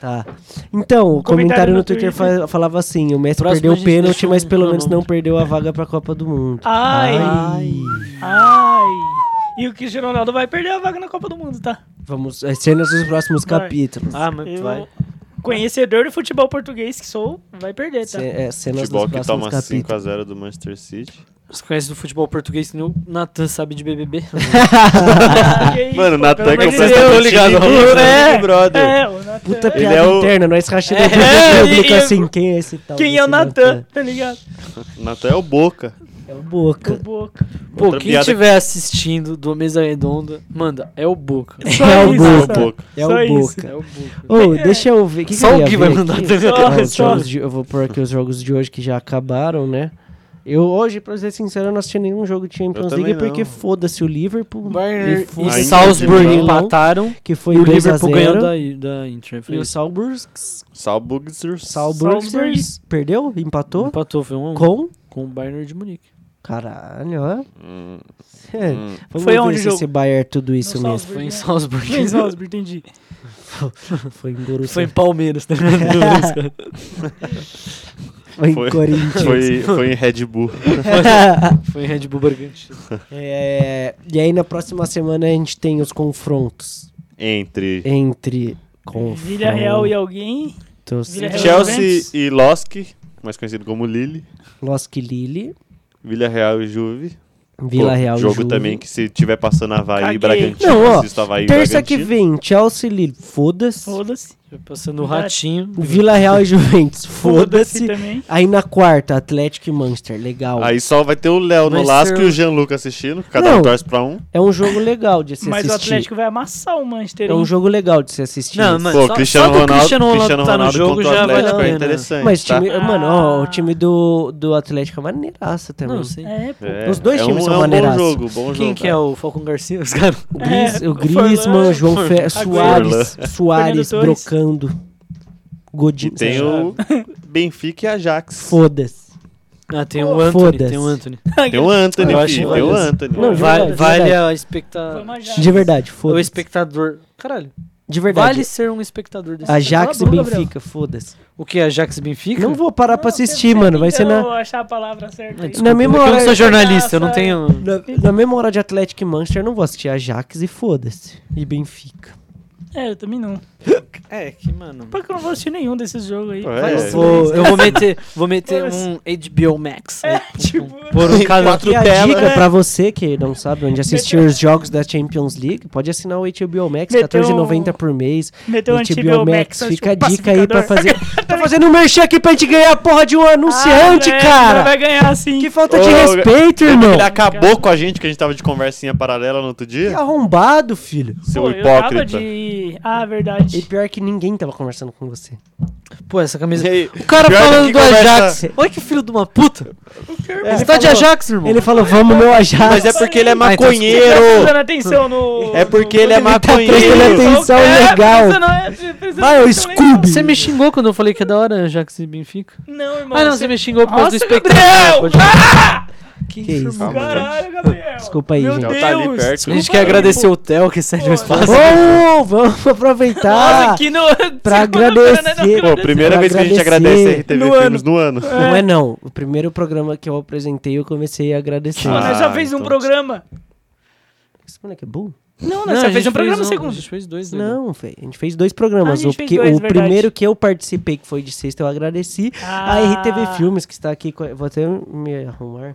[SPEAKER 2] Tá. Então, o comentário, no, Twitter, fa- falava assim: o Messi
[SPEAKER 1] Próximo a
[SPEAKER 2] perdeu o
[SPEAKER 1] gente
[SPEAKER 2] pênalti,
[SPEAKER 1] deixa um
[SPEAKER 2] mas pelo menos não
[SPEAKER 1] cronômetro.
[SPEAKER 2] perdeu a vaga pra Copa do Mundo.
[SPEAKER 3] Ai.
[SPEAKER 2] Ai.
[SPEAKER 3] Ai. E o Cristiano Ronaldo vai perder a vaga na Copa do Mundo, tá?
[SPEAKER 2] Vamos, as cenas dos próximos
[SPEAKER 3] Vai.
[SPEAKER 2] capítulos.
[SPEAKER 1] Ah, mas
[SPEAKER 3] Eu-
[SPEAKER 1] vai.
[SPEAKER 3] Conhecedor do futebol português que sou, vai perder, tá?
[SPEAKER 2] Ce- é, cenas
[SPEAKER 4] Futebol
[SPEAKER 2] dos próximos
[SPEAKER 4] que toma
[SPEAKER 2] capítulos.
[SPEAKER 4] 5x0 do Manchester City.
[SPEAKER 1] Você conhece do futebol português, nem o Natan sabe de BBB.
[SPEAKER 3] Ah, que isso,
[SPEAKER 4] Mano, o
[SPEAKER 3] pô,
[SPEAKER 4] Natan
[SPEAKER 3] pelo
[SPEAKER 4] que
[SPEAKER 3] amor
[SPEAKER 4] eu
[SPEAKER 3] de
[SPEAKER 4] presto
[SPEAKER 3] Deus.
[SPEAKER 4] atenção,
[SPEAKER 1] ligado,
[SPEAKER 4] time
[SPEAKER 1] rolou,
[SPEAKER 4] do
[SPEAKER 3] né?
[SPEAKER 4] Big Brother.
[SPEAKER 3] É, o Natan.
[SPEAKER 2] Puta
[SPEAKER 4] Ele
[SPEAKER 2] piada
[SPEAKER 4] é o-
[SPEAKER 2] interna, nós rachamos
[SPEAKER 3] É,
[SPEAKER 2] o público
[SPEAKER 3] e-
[SPEAKER 2] assim. Quem é esse tal?
[SPEAKER 3] Quem
[SPEAKER 2] desse
[SPEAKER 3] é o Natan,
[SPEAKER 2] Natan?
[SPEAKER 3] tá ligado?
[SPEAKER 4] Natan é o Boca.
[SPEAKER 2] É o
[SPEAKER 3] O
[SPEAKER 2] Boca.
[SPEAKER 3] Boca.
[SPEAKER 1] Pô,
[SPEAKER 4] Outra
[SPEAKER 1] quem
[SPEAKER 4] piada-
[SPEAKER 1] estiver assistindo do Mesa Redonda, manda, é o Boca.
[SPEAKER 3] Só
[SPEAKER 2] É o
[SPEAKER 3] isso,
[SPEAKER 4] É
[SPEAKER 2] Boca.
[SPEAKER 4] o
[SPEAKER 3] só.
[SPEAKER 4] Boca.
[SPEAKER 2] É
[SPEAKER 3] Só
[SPEAKER 2] o
[SPEAKER 3] isso.
[SPEAKER 2] Boca.
[SPEAKER 1] É o Boca.
[SPEAKER 2] Ô, deixa eu ver. que
[SPEAKER 1] Só
[SPEAKER 2] que eu
[SPEAKER 1] o
[SPEAKER 2] ia
[SPEAKER 1] Gui
[SPEAKER 2] ver
[SPEAKER 1] vai mandar
[SPEAKER 2] aqui?
[SPEAKER 1] também.
[SPEAKER 2] Ah, os
[SPEAKER 3] Só.
[SPEAKER 2] jogos de- eu vou pôr aqui os jogos de hoje que já acabaram, né? Eu hoje, pra ser sincero, eu não assisti nenhum jogo de Champions
[SPEAKER 4] também
[SPEAKER 2] League porque
[SPEAKER 4] não.
[SPEAKER 2] foda-se o Liverpool.
[SPEAKER 1] Bayern
[SPEAKER 2] foi-
[SPEAKER 1] e
[SPEAKER 4] Ainda
[SPEAKER 1] Salzburg
[SPEAKER 4] tem
[SPEAKER 2] não.
[SPEAKER 1] empataram
[SPEAKER 2] Que foi
[SPEAKER 1] um. e o
[SPEAKER 2] 2 a
[SPEAKER 1] Liverpool ganhou
[SPEAKER 2] 0,
[SPEAKER 1] da, da Inter. assim, Foi
[SPEAKER 2] E o
[SPEAKER 1] isso.
[SPEAKER 2] Salzburg,
[SPEAKER 4] Salburg.
[SPEAKER 2] Salzburg,
[SPEAKER 3] Salzburg.
[SPEAKER 2] perdeu? Empatou?
[SPEAKER 1] Empatou, foi um a um
[SPEAKER 2] Com?
[SPEAKER 1] com o Bayern de Munique.
[SPEAKER 2] Caralho, ó.
[SPEAKER 4] Hum,
[SPEAKER 2] É,
[SPEAKER 4] hum.
[SPEAKER 2] Vamos
[SPEAKER 3] Foi
[SPEAKER 2] ver
[SPEAKER 3] onde
[SPEAKER 2] se
[SPEAKER 3] o jogo?
[SPEAKER 2] esse Bayern é tudo isso
[SPEAKER 3] No
[SPEAKER 2] mesmo.
[SPEAKER 1] Foi em
[SPEAKER 3] Salzburg, né?
[SPEAKER 1] Salzburg.
[SPEAKER 3] Quem é Salzburg, entendi.
[SPEAKER 2] Foi em Borussia.
[SPEAKER 1] Foi em Palmeiras, tá ligado?
[SPEAKER 2] Foi em
[SPEAKER 4] Foi-
[SPEAKER 2] Corinthians.
[SPEAKER 4] Foi, foi em Red Bull.
[SPEAKER 1] Foi em Red Bull Bragantino.
[SPEAKER 2] É, e aí na próxima semana a gente tem os confrontos
[SPEAKER 4] Entre
[SPEAKER 2] entre... Confrontos.
[SPEAKER 3] Vila Real e alguém. Vila Real
[SPEAKER 4] Chelsea
[SPEAKER 3] É, Juventus.
[SPEAKER 4] e Loski, mais conhecido como Lille.
[SPEAKER 2] Losk Lille,
[SPEAKER 4] Vila Real e Juve.
[SPEAKER 2] Vila
[SPEAKER 4] Pô,
[SPEAKER 2] Real e
[SPEAKER 4] Jogo
[SPEAKER 2] Juve.
[SPEAKER 4] também que se tiver passando Havaí
[SPEAKER 3] Caguei.
[SPEAKER 4] e Bragantino,
[SPEAKER 2] Não, ó,
[SPEAKER 4] assisto Havaí e
[SPEAKER 2] Terça que
[SPEAKER 4] Bragantino.
[SPEAKER 2] vem, Chelsea e Lille, foda-se.
[SPEAKER 3] Foda-se.
[SPEAKER 1] Já Passando o
[SPEAKER 3] Verdade.
[SPEAKER 1] ratinho.
[SPEAKER 2] Vila Real e Juventus, foda-se.
[SPEAKER 3] também.
[SPEAKER 2] aí na quarta, Atlético e Manchester, legal.
[SPEAKER 4] Aí só vai ter o Léo no
[SPEAKER 1] Mas
[SPEAKER 4] Lasco
[SPEAKER 1] eu-
[SPEAKER 4] e o Jean-Luca assistindo. Cada
[SPEAKER 2] Não.
[SPEAKER 4] um torce pra um.
[SPEAKER 2] É um jogo legal de se
[SPEAKER 3] Mas o
[SPEAKER 2] assistir.
[SPEAKER 3] Atlético vai amassar o Manchester.
[SPEAKER 2] É um
[SPEAKER 3] hein?
[SPEAKER 2] jogo legal de se assistir.
[SPEAKER 1] Não, mas
[SPEAKER 4] Pô,
[SPEAKER 1] só,
[SPEAKER 4] Cristiano,
[SPEAKER 1] só do
[SPEAKER 4] Ronaldo,
[SPEAKER 1] Cristiano Ronaldo,
[SPEAKER 4] Cristiano
[SPEAKER 1] tá no
[SPEAKER 4] Ronaldo
[SPEAKER 1] jogo
[SPEAKER 4] contra o
[SPEAKER 1] já vale a
[SPEAKER 4] Atlético é
[SPEAKER 1] pena.
[SPEAKER 4] interessante,
[SPEAKER 2] Mas
[SPEAKER 4] tá?
[SPEAKER 2] time,
[SPEAKER 3] Ah.
[SPEAKER 2] mano, ó, o time do, do Atlético é maneiraça também.
[SPEAKER 1] Não, sim.
[SPEAKER 3] É, pô.
[SPEAKER 4] É,
[SPEAKER 2] Os dois
[SPEAKER 4] é
[SPEAKER 2] times
[SPEAKER 4] um,
[SPEAKER 2] são
[SPEAKER 4] é um bom
[SPEAKER 2] maneiraço.
[SPEAKER 4] jogo, bom jogo.
[SPEAKER 1] Quem que é o Falcon Garcia? Os caras.
[SPEAKER 2] O, Gris,
[SPEAKER 3] É,
[SPEAKER 2] o
[SPEAKER 3] o
[SPEAKER 2] Griezmann,
[SPEAKER 3] Forlan,
[SPEAKER 2] João Fe,
[SPEAKER 4] Forlan.
[SPEAKER 2] Soares, Soares
[SPEAKER 3] Fernando Torres.
[SPEAKER 2] brocando.
[SPEAKER 4] E
[SPEAKER 2] Godinho.
[SPEAKER 4] tem o Benfica e Ajax.
[SPEAKER 2] Foda-se.
[SPEAKER 1] Ah, tem
[SPEAKER 3] Pô,
[SPEAKER 1] o Anthony.
[SPEAKER 2] foda-se.
[SPEAKER 1] Tem o Anthony.
[SPEAKER 4] Tem o Anthony,
[SPEAKER 1] Eu acho
[SPEAKER 4] filho,
[SPEAKER 1] que
[SPEAKER 4] tem o
[SPEAKER 1] vale-
[SPEAKER 4] Anthony.
[SPEAKER 2] Não, de
[SPEAKER 1] Va-
[SPEAKER 2] verdade, de
[SPEAKER 1] vale
[SPEAKER 2] verdade.
[SPEAKER 1] a
[SPEAKER 3] Foi
[SPEAKER 1] expecta...
[SPEAKER 3] uma jaca.
[SPEAKER 2] De verdade,
[SPEAKER 1] o
[SPEAKER 2] foda-se.
[SPEAKER 1] espectador. Caralho.
[SPEAKER 2] De verdade.
[SPEAKER 1] Vale ser um espectador desse
[SPEAKER 2] Ajax e
[SPEAKER 1] Cala a boca,
[SPEAKER 2] Benfica, foda-se.
[SPEAKER 1] Gabriel. O que? Ajax e Benfica?
[SPEAKER 2] Não vou parar pra
[SPEAKER 3] Não,
[SPEAKER 2] assistir,
[SPEAKER 3] tem-
[SPEAKER 2] mano. Vai
[SPEAKER 3] tem
[SPEAKER 2] ser
[SPEAKER 3] que
[SPEAKER 2] na,
[SPEAKER 3] eu achar a palavra certa. aí.
[SPEAKER 1] Desculpa,
[SPEAKER 2] Na mesma
[SPEAKER 1] é que Eu
[SPEAKER 2] hora-
[SPEAKER 1] não sou jornalista, eu não
[SPEAKER 3] Nossa,
[SPEAKER 1] tenho.
[SPEAKER 2] na, na mesma hora de Atlético e Manchester, eu não vou assistir Ajax e foda-se. E Benfica.
[SPEAKER 3] É, eu também não.
[SPEAKER 1] É, que mano.
[SPEAKER 3] Por que eu não vou assistir nenhum desses jogos aí?
[SPEAKER 4] É.
[SPEAKER 1] Eu
[SPEAKER 3] Vai ser-
[SPEAKER 1] vou, eu vou meter, vou meter
[SPEAKER 3] Mas-
[SPEAKER 1] um HBO Max.
[SPEAKER 3] É,
[SPEAKER 1] né?
[SPEAKER 3] tipo-
[SPEAKER 1] Por um canal.
[SPEAKER 2] E a dica pra você que não sabe onde assistir
[SPEAKER 3] Meteu-
[SPEAKER 2] os jogos da Champions League, pode assinar o HBO Max,
[SPEAKER 3] Meteu-
[SPEAKER 2] R$14,90 por mês.
[SPEAKER 3] Meteu um
[SPEAKER 2] HBO Max,
[SPEAKER 3] antibiomexo,
[SPEAKER 2] fica a
[SPEAKER 3] tipo,
[SPEAKER 2] dica aí pra
[SPEAKER 3] pacificador.
[SPEAKER 2] fazer. Tá fazendo um merchan aqui pra gente ganhar a porra de um anunciante,
[SPEAKER 3] Ah, é, mas
[SPEAKER 2] cara!
[SPEAKER 3] Vai ganhar sim.
[SPEAKER 2] Que falta de
[SPEAKER 4] Ô,
[SPEAKER 2] respeito, irmão!
[SPEAKER 4] Ele acabou com a gente, que a gente tava de conversinha paralela no outro
[SPEAKER 2] Que
[SPEAKER 4] dia.
[SPEAKER 2] arrombado, filho!
[SPEAKER 4] Seu
[SPEAKER 3] Pô, Eu tava
[SPEAKER 4] hipócrita.
[SPEAKER 3] de... Ah,
[SPEAKER 2] E
[SPEAKER 3] verdade.
[SPEAKER 2] pior é que ninguém tava conversando com você.
[SPEAKER 1] Pô, essa camisa.
[SPEAKER 4] Ei,
[SPEAKER 1] O cara
[SPEAKER 3] é
[SPEAKER 4] pior que
[SPEAKER 1] falando
[SPEAKER 4] que
[SPEAKER 1] do
[SPEAKER 4] conversa-
[SPEAKER 1] Ajax. Olha que filho de uma puta. Você
[SPEAKER 3] É.
[SPEAKER 2] Ele
[SPEAKER 1] tá de
[SPEAKER 2] falou-
[SPEAKER 1] Ajax, irmão.
[SPEAKER 2] Ele falou, vamos meu Ajax.
[SPEAKER 4] Mas é porque ele é
[SPEAKER 1] então
[SPEAKER 4] maconheiro.
[SPEAKER 3] Tá prestando atenção no...
[SPEAKER 4] É porque
[SPEAKER 1] um
[SPEAKER 4] ele é
[SPEAKER 2] Ele tá
[SPEAKER 4] maconheiro.
[SPEAKER 2] prestando atenção
[SPEAKER 3] É,
[SPEAKER 2] legal.
[SPEAKER 3] prestando- é, prestando
[SPEAKER 2] Vai, o
[SPEAKER 3] atenção legal.
[SPEAKER 2] Scooby.
[SPEAKER 1] Você me xingou quando eu falei que é da hora Ajax e Benfica.
[SPEAKER 3] Não, irmão.
[SPEAKER 1] Ah, não,
[SPEAKER 3] você-
[SPEAKER 1] você me xingou por causa do
[SPEAKER 3] Nossa,
[SPEAKER 1] espectador.
[SPEAKER 3] Gabriel! Ah!
[SPEAKER 1] Pode- Que
[SPEAKER 2] Que
[SPEAKER 1] isso,
[SPEAKER 2] isso,
[SPEAKER 1] irmão.
[SPEAKER 4] mano.
[SPEAKER 3] Caralho, Gabriel.
[SPEAKER 2] Desculpa aí,
[SPEAKER 3] Meu
[SPEAKER 2] gente.
[SPEAKER 4] Então tá ali
[SPEAKER 3] Deus.
[SPEAKER 4] perto.
[SPEAKER 1] A gente
[SPEAKER 3] Desculpa
[SPEAKER 1] quer
[SPEAKER 3] aí,
[SPEAKER 1] agradecer
[SPEAKER 3] pô.
[SPEAKER 1] o Theo que cede um
[SPEAKER 3] Pô,
[SPEAKER 1] espaço.
[SPEAKER 2] Vamos, vamos aproveitar.
[SPEAKER 3] Nossa, aqui no...
[SPEAKER 2] Tá Pra
[SPEAKER 3] segunda-feira, né,
[SPEAKER 2] agradecer.
[SPEAKER 3] não,
[SPEAKER 1] é
[SPEAKER 4] Pô, primeira
[SPEAKER 2] Pra
[SPEAKER 4] vez que a gente agradece
[SPEAKER 2] agradecer.
[SPEAKER 4] a RTV
[SPEAKER 3] No
[SPEAKER 4] Filmes no ano.
[SPEAKER 2] Não é não. O primeiro programa que eu apresentei, eu comecei a agradecer.
[SPEAKER 3] Pô, nós
[SPEAKER 4] Ah,
[SPEAKER 3] já fez um
[SPEAKER 4] então.
[SPEAKER 3] programa.
[SPEAKER 2] semana que é burro?
[SPEAKER 3] Não, nós só fez um programa
[SPEAKER 1] um, A
[SPEAKER 3] segundo.
[SPEAKER 1] gente fez dois, né?
[SPEAKER 2] Não, Fê. A gente fez dois programas.
[SPEAKER 3] é Ah, a gente
[SPEAKER 2] o
[SPEAKER 3] fez
[SPEAKER 2] que-
[SPEAKER 3] dois,
[SPEAKER 2] o
[SPEAKER 3] verdade.
[SPEAKER 2] primeiro que eu participei, que foi de sexta, eu agradeci.
[SPEAKER 3] Ah,
[SPEAKER 2] A RTV Filmes, que está aqui. com- Vou até me arrumar.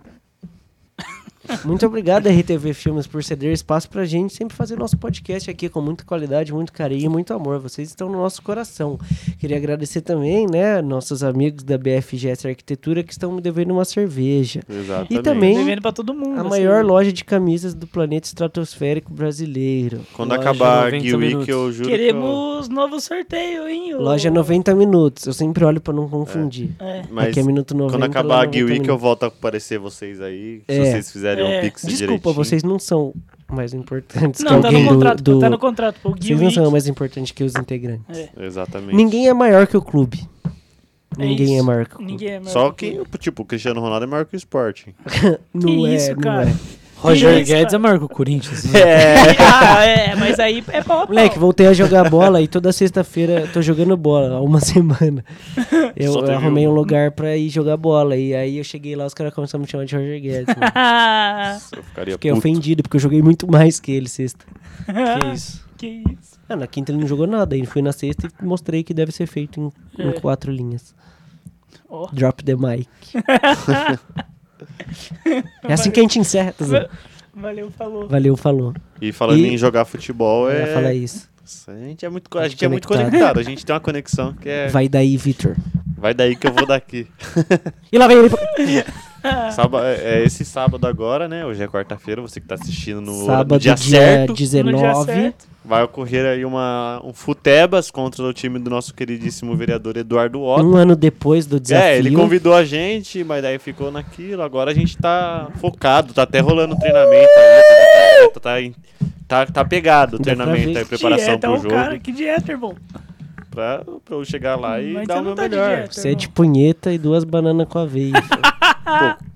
[SPEAKER 2] Muito obrigado, RTV Filmes, por ceder espaço pra gente sempre fazer nosso podcast aqui com muita qualidade, muito carinho, e muito amor. Vocês estão no nosso coração. Queria agradecer também, né, nossos amigos da BFGS Arquitetura que estão me devendo uma cerveja.
[SPEAKER 1] É.
[SPEAKER 4] Exatamente.
[SPEAKER 2] E também-
[SPEAKER 3] Devendo pra todo mundo.
[SPEAKER 2] A
[SPEAKER 3] assim.
[SPEAKER 2] maior loja de camisas do planeta estratosférico brasileiro.
[SPEAKER 4] Quando
[SPEAKER 1] Loja
[SPEAKER 4] acabar a
[SPEAKER 1] 90
[SPEAKER 4] Gui Week,
[SPEAKER 1] minutos.
[SPEAKER 4] eu juro
[SPEAKER 3] Queremos novo sorteio, hein? ô-
[SPEAKER 2] Loja 90 minutos. Eu sempre olho pra não confundir.
[SPEAKER 3] É.
[SPEAKER 4] que eu... Mas
[SPEAKER 2] Aqui é minuto 90.
[SPEAKER 4] quando
[SPEAKER 2] lá
[SPEAKER 4] acabar a
[SPEAKER 2] é
[SPEAKER 4] Gui
[SPEAKER 2] 90
[SPEAKER 4] Week, eu
[SPEAKER 2] minutos.
[SPEAKER 4] volto a aparecer vocês aí.
[SPEAKER 2] É.
[SPEAKER 4] Se vocês fizerem
[SPEAKER 3] É.
[SPEAKER 4] um pix
[SPEAKER 2] Desculpa,
[SPEAKER 4] direitinho.
[SPEAKER 2] vocês não são mais importantes que
[SPEAKER 3] Não, tá
[SPEAKER 2] alguém
[SPEAKER 3] no
[SPEAKER 2] do-
[SPEAKER 3] contrato.
[SPEAKER 2] do...
[SPEAKER 3] Tá no contrato. O Gui
[SPEAKER 2] Vocês não são
[SPEAKER 3] Wick.
[SPEAKER 2] mais importantes que os integrantes.
[SPEAKER 3] É.
[SPEAKER 4] Exatamente.
[SPEAKER 2] Ninguém é maior que o clube.
[SPEAKER 3] É
[SPEAKER 2] Ninguém é
[SPEAKER 3] isso.
[SPEAKER 2] maior que o clube.
[SPEAKER 3] Ninguém é maior
[SPEAKER 4] Só
[SPEAKER 3] que
[SPEAKER 4] que, tipo, o Cristiano Ronaldo é maior que o Sporting.
[SPEAKER 2] Não é,
[SPEAKER 3] isso,
[SPEAKER 2] não
[SPEAKER 3] cara?
[SPEAKER 2] é.
[SPEAKER 1] Roger
[SPEAKER 3] Isso,
[SPEAKER 1] Guedes
[SPEAKER 3] cara.
[SPEAKER 1] é maior que o Corinthians. né?
[SPEAKER 4] É.
[SPEAKER 3] Ah, é, mas aí é pau a pau.
[SPEAKER 2] Moleque, voltei a jogar bola e toda sexta-feira eu tô jogando bola há uma semana. Eu,
[SPEAKER 4] Só
[SPEAKER 2] eu
[SPEAKER 4] teve
[SPEAKER 2] arrumei um lugar pra ir jogar bola. E aí eu cheguei lá, os caras começaram a me chamar de Roger Guedes. mano.
[SPEAKER 4] Eu ficaria
[SPEAKER 2] Fiquei
[SPEAKER 4] puto.
[SPEAKER 2] ofendido, porque eu joguei muito mais que ele sexta.
[SPEAKER 1] Que isso.
[SPEAKER 3] que isso.
[SPEAKER 2] Ah, na quinta ele não jogou nada. Ele foi na sexta e mostrei que deve ser feito em, em
[SPEAKER 3] É.
[SPEAKER 2] quatro linhas.
[SPEAKER 3] Ó.
[SPEAKER 2] Drop the mic. é assim que a gente encerra. tá zoando?
[SPEAKER 3] Valeu, falou.
[SPEAKER 2] Valeu, falou.
[SPEAKER 4] E falando
[SPEAKER 2] E-
[SPEAKER 4] em jogar futebol,
[SPEAKER 2] É...
[SPEAKER 4] é.
[SPEAKER 2] falar isso.
[SPEAKER 4] Nossa, a gente é muito,
[SPEAKER 2] A
[SPEAKER 4] acho
[SPEAKER 2] gente
[SPEAKER 4] que é muito
[SPEAKER 2] conectado.
[SPEAKER 4] conectado. A gente tem uma conexão que é. Vai,
[SPEAKER 2] Vai daí, Vitor.
[SPEAKER 4] daí que eu vou daqui.
[SPEAKER 2] E lá vem ele.
[SPEAKER 4] Sábado, é esse sábado agora, né? Hoje é quarta-feira, você que tá assistindo no,
[SPEAKER 2] Sábado,
[SPEAKER 4] no dia,
[SPEAKER 2] dia,
[SPEAKER 4] certo.
[SPEAKER 2] 19.
[SPEAKER 4] Vai ocorrer aí uma, um futebas contra o time do nosso queridíssimo vereador Eduardo Otto.
[SPEAKER 2] Um ano depois do
[SPEAKER 3] Hum,
[SPEAKER 2] desafio.
[SPEAKER 4] É, ele convidou a gente, mas daí ficou naquilo. Agora a gente tá focado, tá até rolando treinamento aí, tá, tá, tá, tá pegado o
[SPEAKER 2] Dá pra
[SPEAKER 4] treinamento
[SPEAKER 2] ver
[SPEAKER 4] aí,
[SPEAKER 2] que
[SPEAKER 4] preparação
[SPEAKER 3] dieta,
[SPEAKER 4] pro
[SPEAKER 3] o é, tá um Cara,
[SPEAKER 4] jogo,
[SPEAKER 3] que dieta, irmão.
[SPEAKER 4] pra, pra eu chegar lá e
[SPEAKER 3] Mas
[SPEAKER 4] dar
[SPEAKER 3] você
[SPEAKER 4] o
[SPEAKER 3] não
[SPEAKER 4] meu
[SPEAKER 3] tá de
[SPEAKER 4] melhor.
[SPEAKER 3] dieta.
[SPEAKER 2] Você é de punheta e duas bananas com aveia.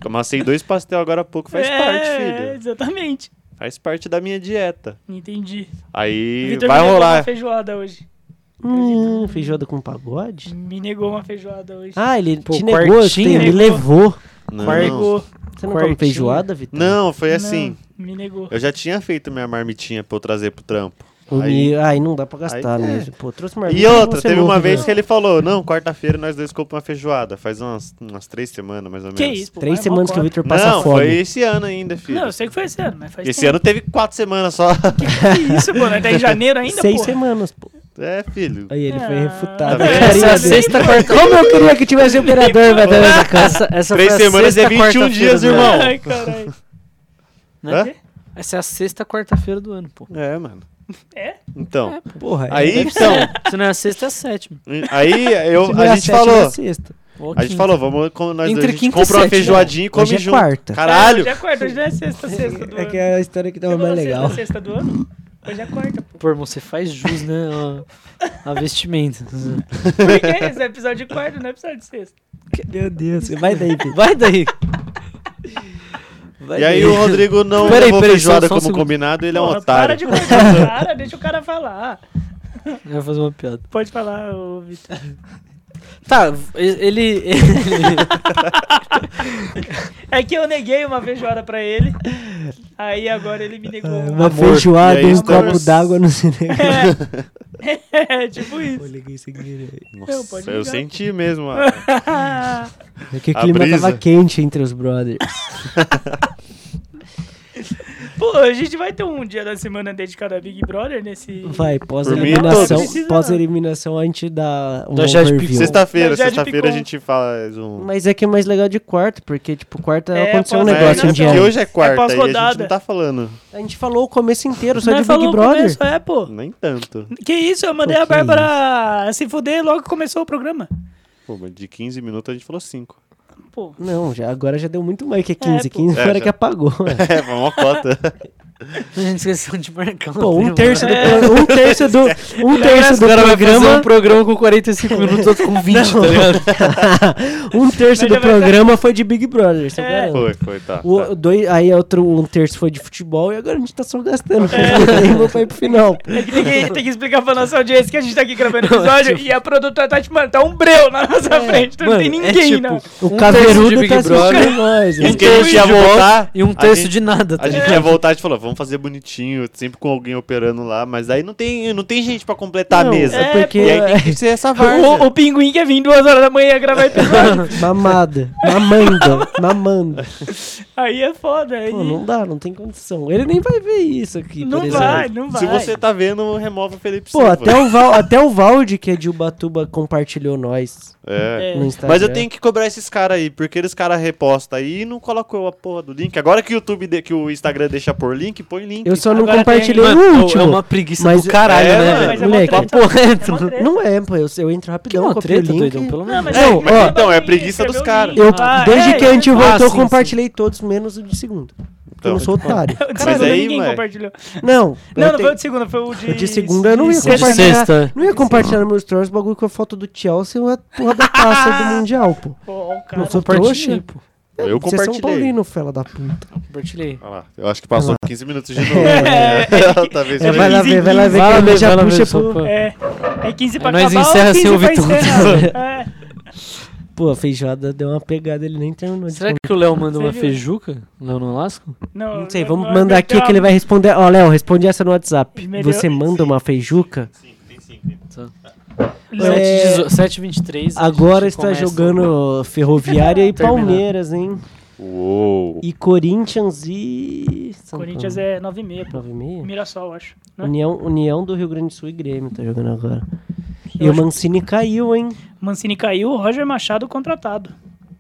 [SPEAKER 4] Pô, amassei dois pastel agora há pouco, faz
[SPEAKER 3] Ah. é,
[SPEAKER 4] parte,
[SPEAKER 3] É,
[SPEAKER 4] filho.
[SPEAKER 3] exatamente.
[SPEAKER 4] Faz parte da minha dieta.
[SPEAKER 3] Entendi.
[SPEAKER 4] Aí
[SPEAKER 3] Vitor
[SPEAKER 4] vai
[SPEAKER 3] me negou
[SPEAKER 4] rolar.
[SPEAKER 3] uma feijoada hoje.
[SPEAKER 2] hum, feijoada com pagode?
[SPEAKER 3] Me negou uma feijoada hoje.
[SPEAKER 2] Ah, ele
[SPEAKER 1] Pô,
[SPEAKER 2] te negou, você
[SPEAKER 1] quartinha.
[SPEAKER 2] me levou.
[SPEAKER 4] Não,
[SPEAKER 1] Quargo.
[SPEAKER 2] Você não come
[SPEAKER 1] Quartinha.
[SPEAKER 2] feijoada, Vitor?
[SPEAKER 4] não, foi
[SPEAKER 3] Não,
[SPEAKER 4] assim.
[SPEAKER 3] me negou.
[SPEAKER 4] Eu já tinha feito minha marmitinha pra eu trazer pro trampo.
[SPEAKER 2] O
[SPEAKER 4] Aí-
[SPEAKER 2] Mi- Aí, não dá pra gastar,
[SPEAKER 4] aí-
[SPEAKER 2] né?
[SPEAKER 4] é.
[SPEAKER 2] Pô, trouxe
[SPEAKER 4] E
[SPEAKER 2] marmita,
[SPEAKER 4] outra,
[SPEAKER 2] você
[SPEAKER 4] teve
[SPEAKER 2] morre,
[SPEAKER 4] uma vez
[SPEAKER 2] né?
[SPEAKER 4] que ele falou: Não, quarta-feira nós dois compramos uma feijoada. Faz umas, umas três semanas, mais ou menos.
[SPEAKER 3] Que isso, pô.
[SPEAKER 2] Três
[SPEAKER 3] vai,
[SPEAKER 2] semanas que o
[SPEAKER 3] mocota.
[SPEAKER 2] Victor passa
[SPEAKER 4] não,
[SPEAKER 2] fome.
[SPEAKER 4] foi esse ano ainda, filho.
[SPEAKER 3] Não, eu sei que foi esse ano, mas faz
[SPEAKER 4] esse
[SPEAKER 3] tempo.
[SPEAKER 4] ano teve quatro semanas só.
[SPEAKER 3] Que isso, mano? Tá em janeiro ainda,
[SPEAKER 2] Seis
[SPEAKER 3] porra?
[SPEAKER 2] semanas, pô.
[SPEAKER 4] É, filho.
[SPEAKER 2] Aí ele foi
[SPEAKER 3] Ah.
[SPEAKER 2] refutado. é
[SPEAKER 4] Tá vendo?
[SPEAKER 2] Carinha
[SPEAKER 1] Essa
[SPEAKER 2] dele.
[SPEAKER 1] sexta, quarta...
[SPEAKER 2] Como eu queria que tivesse imperador, velho, nessa casa.
[SPEAKER 1] Essa, essa
[SPEAKER 4] Três
[SPEAKER 1] foi a
[SPEAKER 4] semanas é
[SPEAKER 1] sexta,
[SPEAKER 4] 21
[SPEAKER 1] quarta-feira
[SPEAKER 4] dias,
[SPEAKER 1] do
[SPEAKER 4] irmão.
[SPEAKER 1] ano,
[SPEAKER 3] Ai, caralho.
[SPEAKER 4] Hã?
[SPEAKER 1] Né? Essa é a sexta quarta-feira do ano, pô.
[SPEAKER 4] É, mano.
[SPEAKER 3] É?
[SPEAKER 4] Então.
[SPEAKER 2] assim, Porra, é
[SPEAKER 4] Aí, então.
[SPEAKER 1] Se não é a sexta, é a sétima.
[SPEAKER 4] Aí
[SPEAKER 2] se
[SPEAKER 4] eu,
[SPEAKER 2] não é
[SPEAKER 4] a gente
[SPEAKER 2] sétima, é
[SPEAKER 4] falou.
[SPEAKER 2] sexta.
[SPEAKER 1] Ou
[SPEAKER 4] A gente
[SPEAKER 1] quinta.
[SPEAKER 4] falou, vamos com nós
[SPEAKER 1] Entre
[SPEAKER 4] dois. A gente
[SPEAKER 1] quinta e
[SPEAKER 4] compra uma
[SPEAKER 1] sétima.
[SPEAKER 4] feijoadinha e come
[SPEAKER 2] Hoje é
[SPEAKER 4] junto.
[SPEAKER 2] quarta.
[SPEAKER 4] Caralho!
[SPEAKER 3] Hoje é quarta, hoje não é sexta, sexta do
[SPEAKER 2] É
[SPEAKER 3] ano.
[SPEAKER 2] que é a história que
[SPEAKER 3] Você
[SPEAKER 2] tava mais
[SPEAKER 3] falou
[SPEAKER 2] legal.
[SPEAKER 3] Sexta, sexta do ano? Hoje é quarta, pô.
[SPEAKER 1] Pô, irmão, você faz jus, né? A, a vestimenta.
[SPEAKER 3] Por que esse é episódio de quarta, não é episódio de sexta?
[SPEAKER 2] Meu Deus, vai daí, Pedro.
[SPEAKER 1] Vai daí. Vai
[SPEAKER 4] E aí
[SPEAKER 1] daí.
[SPEAKER 4] o Rodrigo não
[SPEAKER 1] Peraí,
[SPEAKER 4] levou
[SPEAKER 1] peraí, só-
[SPEAKER 4] feijoada
[SPEAKER 1] só um
[SPEAKER 4] como
[SPEAKER 1] segundo.
[SPEAKER 4] combinado, ele é um
[SPEAKER 3] Porra, Para
[SPEAKER 4] otário.
[SPEAKER 3] de cortar o cara, deixa o cara falar.
[SPEAKER 1] Eu vou fazer uma piada.
[SPEAKER 3] Pode falar, ô Vitor.
[SPEAKER 1] Tá, ele. ele-
[SPEAKER 3] É que eu neguei uma feijoada pra ele, aí agora ele me negou.
[SPEAKER 2] Uma
[SPEAKER 4] Amor.
[SPEAKER 2] feijoada
[SPEAKER 4] E
[SPEAKER 2] e
[SPEAKER 4] aí,
[SPEAKER 2] um copo
[SPEAKER 4] estamos-
[SPEAKER 2] d'água no cinema.
[SPEAKER 3] É, é, tipo
[SPEAKER 2] Pô,
[SPEAKER 3] isso.
[SPEAKER 2] liguei sem querer.
[SPEAKER 3] Não, pode
[SPEAKER 4] Nossa, eu
[SPEAKER 3] ligar.
[SPEAKER 4] senti mesmo. a-
[SPEAKER 3] Ah,
[SPEAKER 2] É que o
[SPEAKER 4] A
[SPEAKER 2] clima
[SPEAKER 4] brisa.
[SPEAKER 2] tava quente entre os brothers.
[SPEAKER 3] Pô, a gente vai ter um dia da semana dedicado a Big Brother nesse.
[SPEAKER 2] Vai,
[SPEAKER 4] Por é
[SPEAKER 2] pós-eliminação.
[SPEAKER 3] mim, todos.
[SPEAKER 2] Pós-eliminação, a gente dá um
[SPEAKER 4] Então
[SPEAKER 1] Nós já
[SPEAKER 2] overview.
[SPEAKER 1] explicamos.
[SPEAKER 4] Sexta-feira,
[SPEAKER 3] Mas já de
[SPEAKER 4] sexta-feira a
[SPEAKER 3] picom.
[SPEAKER 4] gente faz um.
[SPEAKER 2] Mas é que é mais legal de quarto, porque, tipo, quarta
[SPEAKER 3] É,
[SPEAKER 2] aconteceu um
[SPEAKER 3] pós-
[SPEAKER 2] negócio
[SPEAKER 4] é,
[SPEAKER 2] um
[SPEAKER 3] né,
[SPEAKER 2] dia.
[SPEAKER 4] porque
[SPEAKER 3] antes.
[SPEAKER 4] hoje é quarta e a gente
[SPEAKER 3] pós-rodada.
[SPEAKER 4] não tá falando.
[SPEAKER 2] A gente falou o começo inteiro, só de Big
[SPEAKER 3] Nós Né, falou o
[SPEAKER 2] Brother.
[SPEAKER 3] começo, é, pô.
[SPEAKER 4] Nem tanto.
[SPEAKER 3] Que isso, eu mandei
[SPEAKER 2] Pô,
[SPEAKER 3] a
[SPEAKER 2] que
[SPEAKER 3] Bárbara se fuder logo que começou o programa.
[SPEAKER 4] Pô, mas de 15 minutos a gente falou 5.
[SPEAKER 3] Pô,
[SPEAKER 2] Não, já, agora já deu muito mais que 15.
[SPEAKER 3] É, pô.
[SPEAKER 2] 15
[SPEAKER 4] É,
[SPEAKER 2] foi a hora
[SPEAKER 4] já-
[SPEAKER 2] que apagou.
[SPEAKER 4] É, foi uma cota.
[SPEAKER 1] A gente esqueceu de marcar. um
[SPEAKER 2] Pô, um
[SPEAKER 1] tema.
[SPEAKER 2] terço do,
[SPEAKER 3] É.
[SPEAKER 2] um terço do, um terço do
[SPEAKER 1] O cara vai fazer
[SPEAKER 2] programa.
[SPEAKER 1] um programa com 45 minutos, outro com 20, tá ligado?
[SPEAKER 2] um terço
[SPEAKER 1] é
[SPEAKER 2] do
[SPEAKER 3] Mas já vai estar-
[SPEAKER 2] programa foi de Big Brother, você
[SPEAKER 3] É.
[SPEAKER 2] garanto.
[SPEAKER 4] Foi, foi, tá.
[SPEAKER 2] O,
[SPEAKER 4] tá.
[SPEAKER 2] o dois, aí outro um terço foi de futebol e agora a gente tá só gastando.
[SPEAKER 1] É.
[SPEAKER 2] Aí vou pra ir pro final. pô.
[SPEAKER 3] tem que, tem que explicar pra nossa audiência que a gente tá aqui gravando
[SPEAKER 2] é
[SPEAKER 3] episódio e a produtora tá, tipo, mano, tá um breu na nossa frente, então não tem
[SPEAKER 1] Mano, é
[SPEAKER 3] ninguém,
[SPEAKER 1] tipo,
[SPEAKER 3] não.
[SPEAKER 2] O
[SPEAKER 1] Um terço de
[SPEAKER 2] Caveirudo
[SPEAKER 1] Big
[SPEAKER 2] tá
[SPEAKER 1] Brother.
[SPEAKER 2] assistindo nós.
[SPEAKER 4] Isso
[SPEAKER 2] né?
[SPEAKER 4] que a gente ia
[SPEAKER 1] de bola
[SPEAKER 4] voltar.
[SPEAKER 1] E um
[SPEAKER 4] a
[SPEAKER 1] terço
[SPEAKER 4] gente-
[SPEAKER 1] de nada, tá
[SPEAKER 4] A gente
[SPEAKER 1] ligado?
[SPEAKER 4] ia voltar, a gente falou, vamos fazer bonitinho, sempre com alguém operando lá, mas aí não tem, não tem gente pra completar
[SPEAKER 2] Não,
[SPEAKER 4] a mesa.
[SPEAKER 2] É
[SPEAKER 3] É,
[SPEAKER 2] porque...
[SPEAKER 4] E aí tem que ser essa
[SPEAKER 3] O,
[SPEAKER 4] várzea.
[SPEAKER 3] o pinguim quer vir duas horas da manhã e gravar episódio.
[SPEAKER 2] Mamada. Mamanda. Mamando.
[SPEAKER 3] aí é foda. Aí...
[SPEAKER 2] Pô, não dá, não tem condição. Ele nem vai ver isso aqui.
[SPEAKER 3] Não
[SPEAKER 2] por exemplo.
[SPEAKER 3] vai, não vai.
[SPEAKER 4] Se você tá vendo, remove o Felipe
[SPEAKER 2] Pô,
[SPEAKER 4] Silva.
[SPEAKER 2] até o, Val, até o Valde, que é de Ubatuba, compartilhou nós
[SPEAKER 4] É.
[SPEAKER 3] É.
[SPEAKER 2] no Instagram.
[SPEAKER 4] Mas eu tenho que cobrar esses caras aí, porque eles caras repostam aí e não colocam a porra do link. Agora que o YouTube, de- que o Instagram deixa por link, põe link.
[SPEAKER 2] Eu só não
[SPEAKER 3] Agora
[SPEAKER 2] compartilhei
[SPEAKER 1] Mano,
[SPEAKER 2] o
[SPEAKER 1] é
[SPEAKER 2] último.
[SPEAKER 1] uma preguiça
[SPEAKER 2] Mas-
[SPEAKER 1] do caralho,
[SPEAKER 4] É,
[SPEAKER 1] né,
[SPEAKER 4] mano,
[SPEAKER 3] mas
[SPEAKER 1] velho?
[SPEAKER 3] é uma
[SPEAKER 2] Moleque,
[SPEAKER 3] treta.
[SPEAKER 1] Papo reto.
[SPEAKER 3] É uma treta.
[SPEAKER 2] Não é, pô, eu, eu entro
[SPEAKER 1] Que
[SPEAKER 2] rapidão,
[SPEAKER 1] uma
[SPEAKER 2] copio o
[SPEAKER 1] treta,
[SPEAKER 2] link.
[SPEAKER 1] doidão, pelo
[SPEAKER 3] Não,
[SPEAKER 1] menos.
[SPEAKER 3] mas
[SPEAKER 4] É,
[SPEAKER 2] Não,
[SPEAKER 4] mas
[SPEAKER 2] ó,
[SPEAKER 4] então, é
[SPEAKER 3] Escreveu
[SPEAKER 4] preguiça dos
[SPEAKER 3] link.
[SPEAKER 4] caras.
[SPEAKER 2] Eu,
[SPEAKER 3] Ah,
[SPEAKER 2] desde
[SPEAKER 3] é,
[SPEAKER 2] que a gente
[SPEAKER 3] é.
[SPEAKER 2] voltou,
[SPEAKER 1] Ah,
[SPEAKER 2] eu
[SPEAKER 1] sim,
[SPEAKER 2] compartilhei todos, menos o de segundo. Porque eu
[SPEAKER 4] Então.
[SPEAKER 2] não sou otário.
[SPEAKER 4] Mas
[SPEAKER 3] Caralho,
[SPEAKER 4] aí,
[SPEAKER 3] ninguém
[SPEAKER 4] moleque.
[SPEAKER 3] compartilhou.
[SPEAKER 2] Não,
[SPEAKER 3] Não,
[SPEAKER 2] eu
[SPEAKER 3] não
[SPEAKER 2] tenho-
[SPEAKER 3] foi o de segunda, foi o de.
[SPEAKER 2] o de segunda eu não ia
[SPEAKER 1] de
[SPEAKER 2] compartilhar.
[SPEAKER 1] sexta.
[SPEAKER 2] Não ia compartilhar no meu stories o bagulho com a foto do Chelsea ou a porra da taça do Mundial, pô.
[SPEAKER 3] Pô, o cara.
[SPEAKER 2] Não sou
[SPEAKER 1] Compartilhei,
[SPEAKER 2] trouxa.
[SPEAKER 1] pô.
[SPEAKER 4] Eu
[SPEAKER 2] Você é São
[SPEAKER 4] compartilhei.
[SPEAKER 2] Paulino, fela da puta.
[SPEAKER 1] Compartilhei.
[SPEAKER 4] Olha lá, eu acho que passou 15 minutos de novo.
[SPEAKER 3] É.
[SPEAKER 4] Tá vendo?
[SPEAKER 2] É, vai lá ver, vai lá ver
[SPEAKER 1] Vai
[SPEAKER 2] que
[SPEAKER 1] lá
[SPEAKER 2] ele
[SPEAKER 1] ver,
[SPEAKER 2] já
[SPEAKER 1] vai lá ver,
[SPEAKER 2] puxa
[SPEAKER 1] só
[SPEAKER 2] pro...
[SPEAKER 1] pra-
[SPEAKER 3] É, é 15 pra
[SPEAKER 1] Nós
[SPEAKER 3] acabar. ou
[SPEAKER 1] encerra
[SPEAKER 3] 15
[SPEAKER 1] sem o
[SPEAKER 3] pra
[SPEAKER 1] Vitor.
[SPEAKER 3] encerrar? É.
[SPEAKER 2] Pô, a feijoada deu uma pegada, ele nem terminou de
[SPEAKER 1] Será
[SPEAKER 2] comer.
[SPEAKER 1] que o Léo manda
[SPEAKER 3] Você
[SPEAKER 1] uma
[SPEAKER 3] viu?
[SPEAKER 1] feijuca? Léo no Lasco?
[SPEAKER 3] Não,
[SPEAKER 2] Não sei, vamos
[SPEAKER 3] não, é
[SPEAKER 2] mandar
[SPEAKER 3] não,
[SPEAKER 2] aqui que ele vai responder. Ó, Léo, responde essa no WhatsApp.
[SPEAKER 3] Melhor-
[SPEAKER 2] Você manda uma feijuca?
[SPEAKER 3] Léo,
[SPEAKER 2] É,
[SPEAKER 1] 7h23.
[SPEAKER 2] Agora está jogando Ferroviária e
[SPEAKER 1] Terminar.
[SPEAKER 2] Palmeiras, hein?
[SPEAKER 4] Uou.
[SPEAKER 2] E Corinthians e. São
[SPEAKER 3] Corinthians
[SPEAKER 2] Paulo.
[SPEAKER 3] é 9,5, pô.
[SPEAKER 2] 9,5?
[SPEAKER 3] Mirassol, acho. né?
[SPEAKER 2] União, União do Rio Grande do Sul e Grêmio tá jogando agora. E
[SPEAKER 3] Eu
[SPEAKER 2] o
[SPEAKER 3] acho-
[SPEAKER 2] Mancini caiu, hein?
[SPEAKER 3] Mancini caiu, Roger Machado contratado.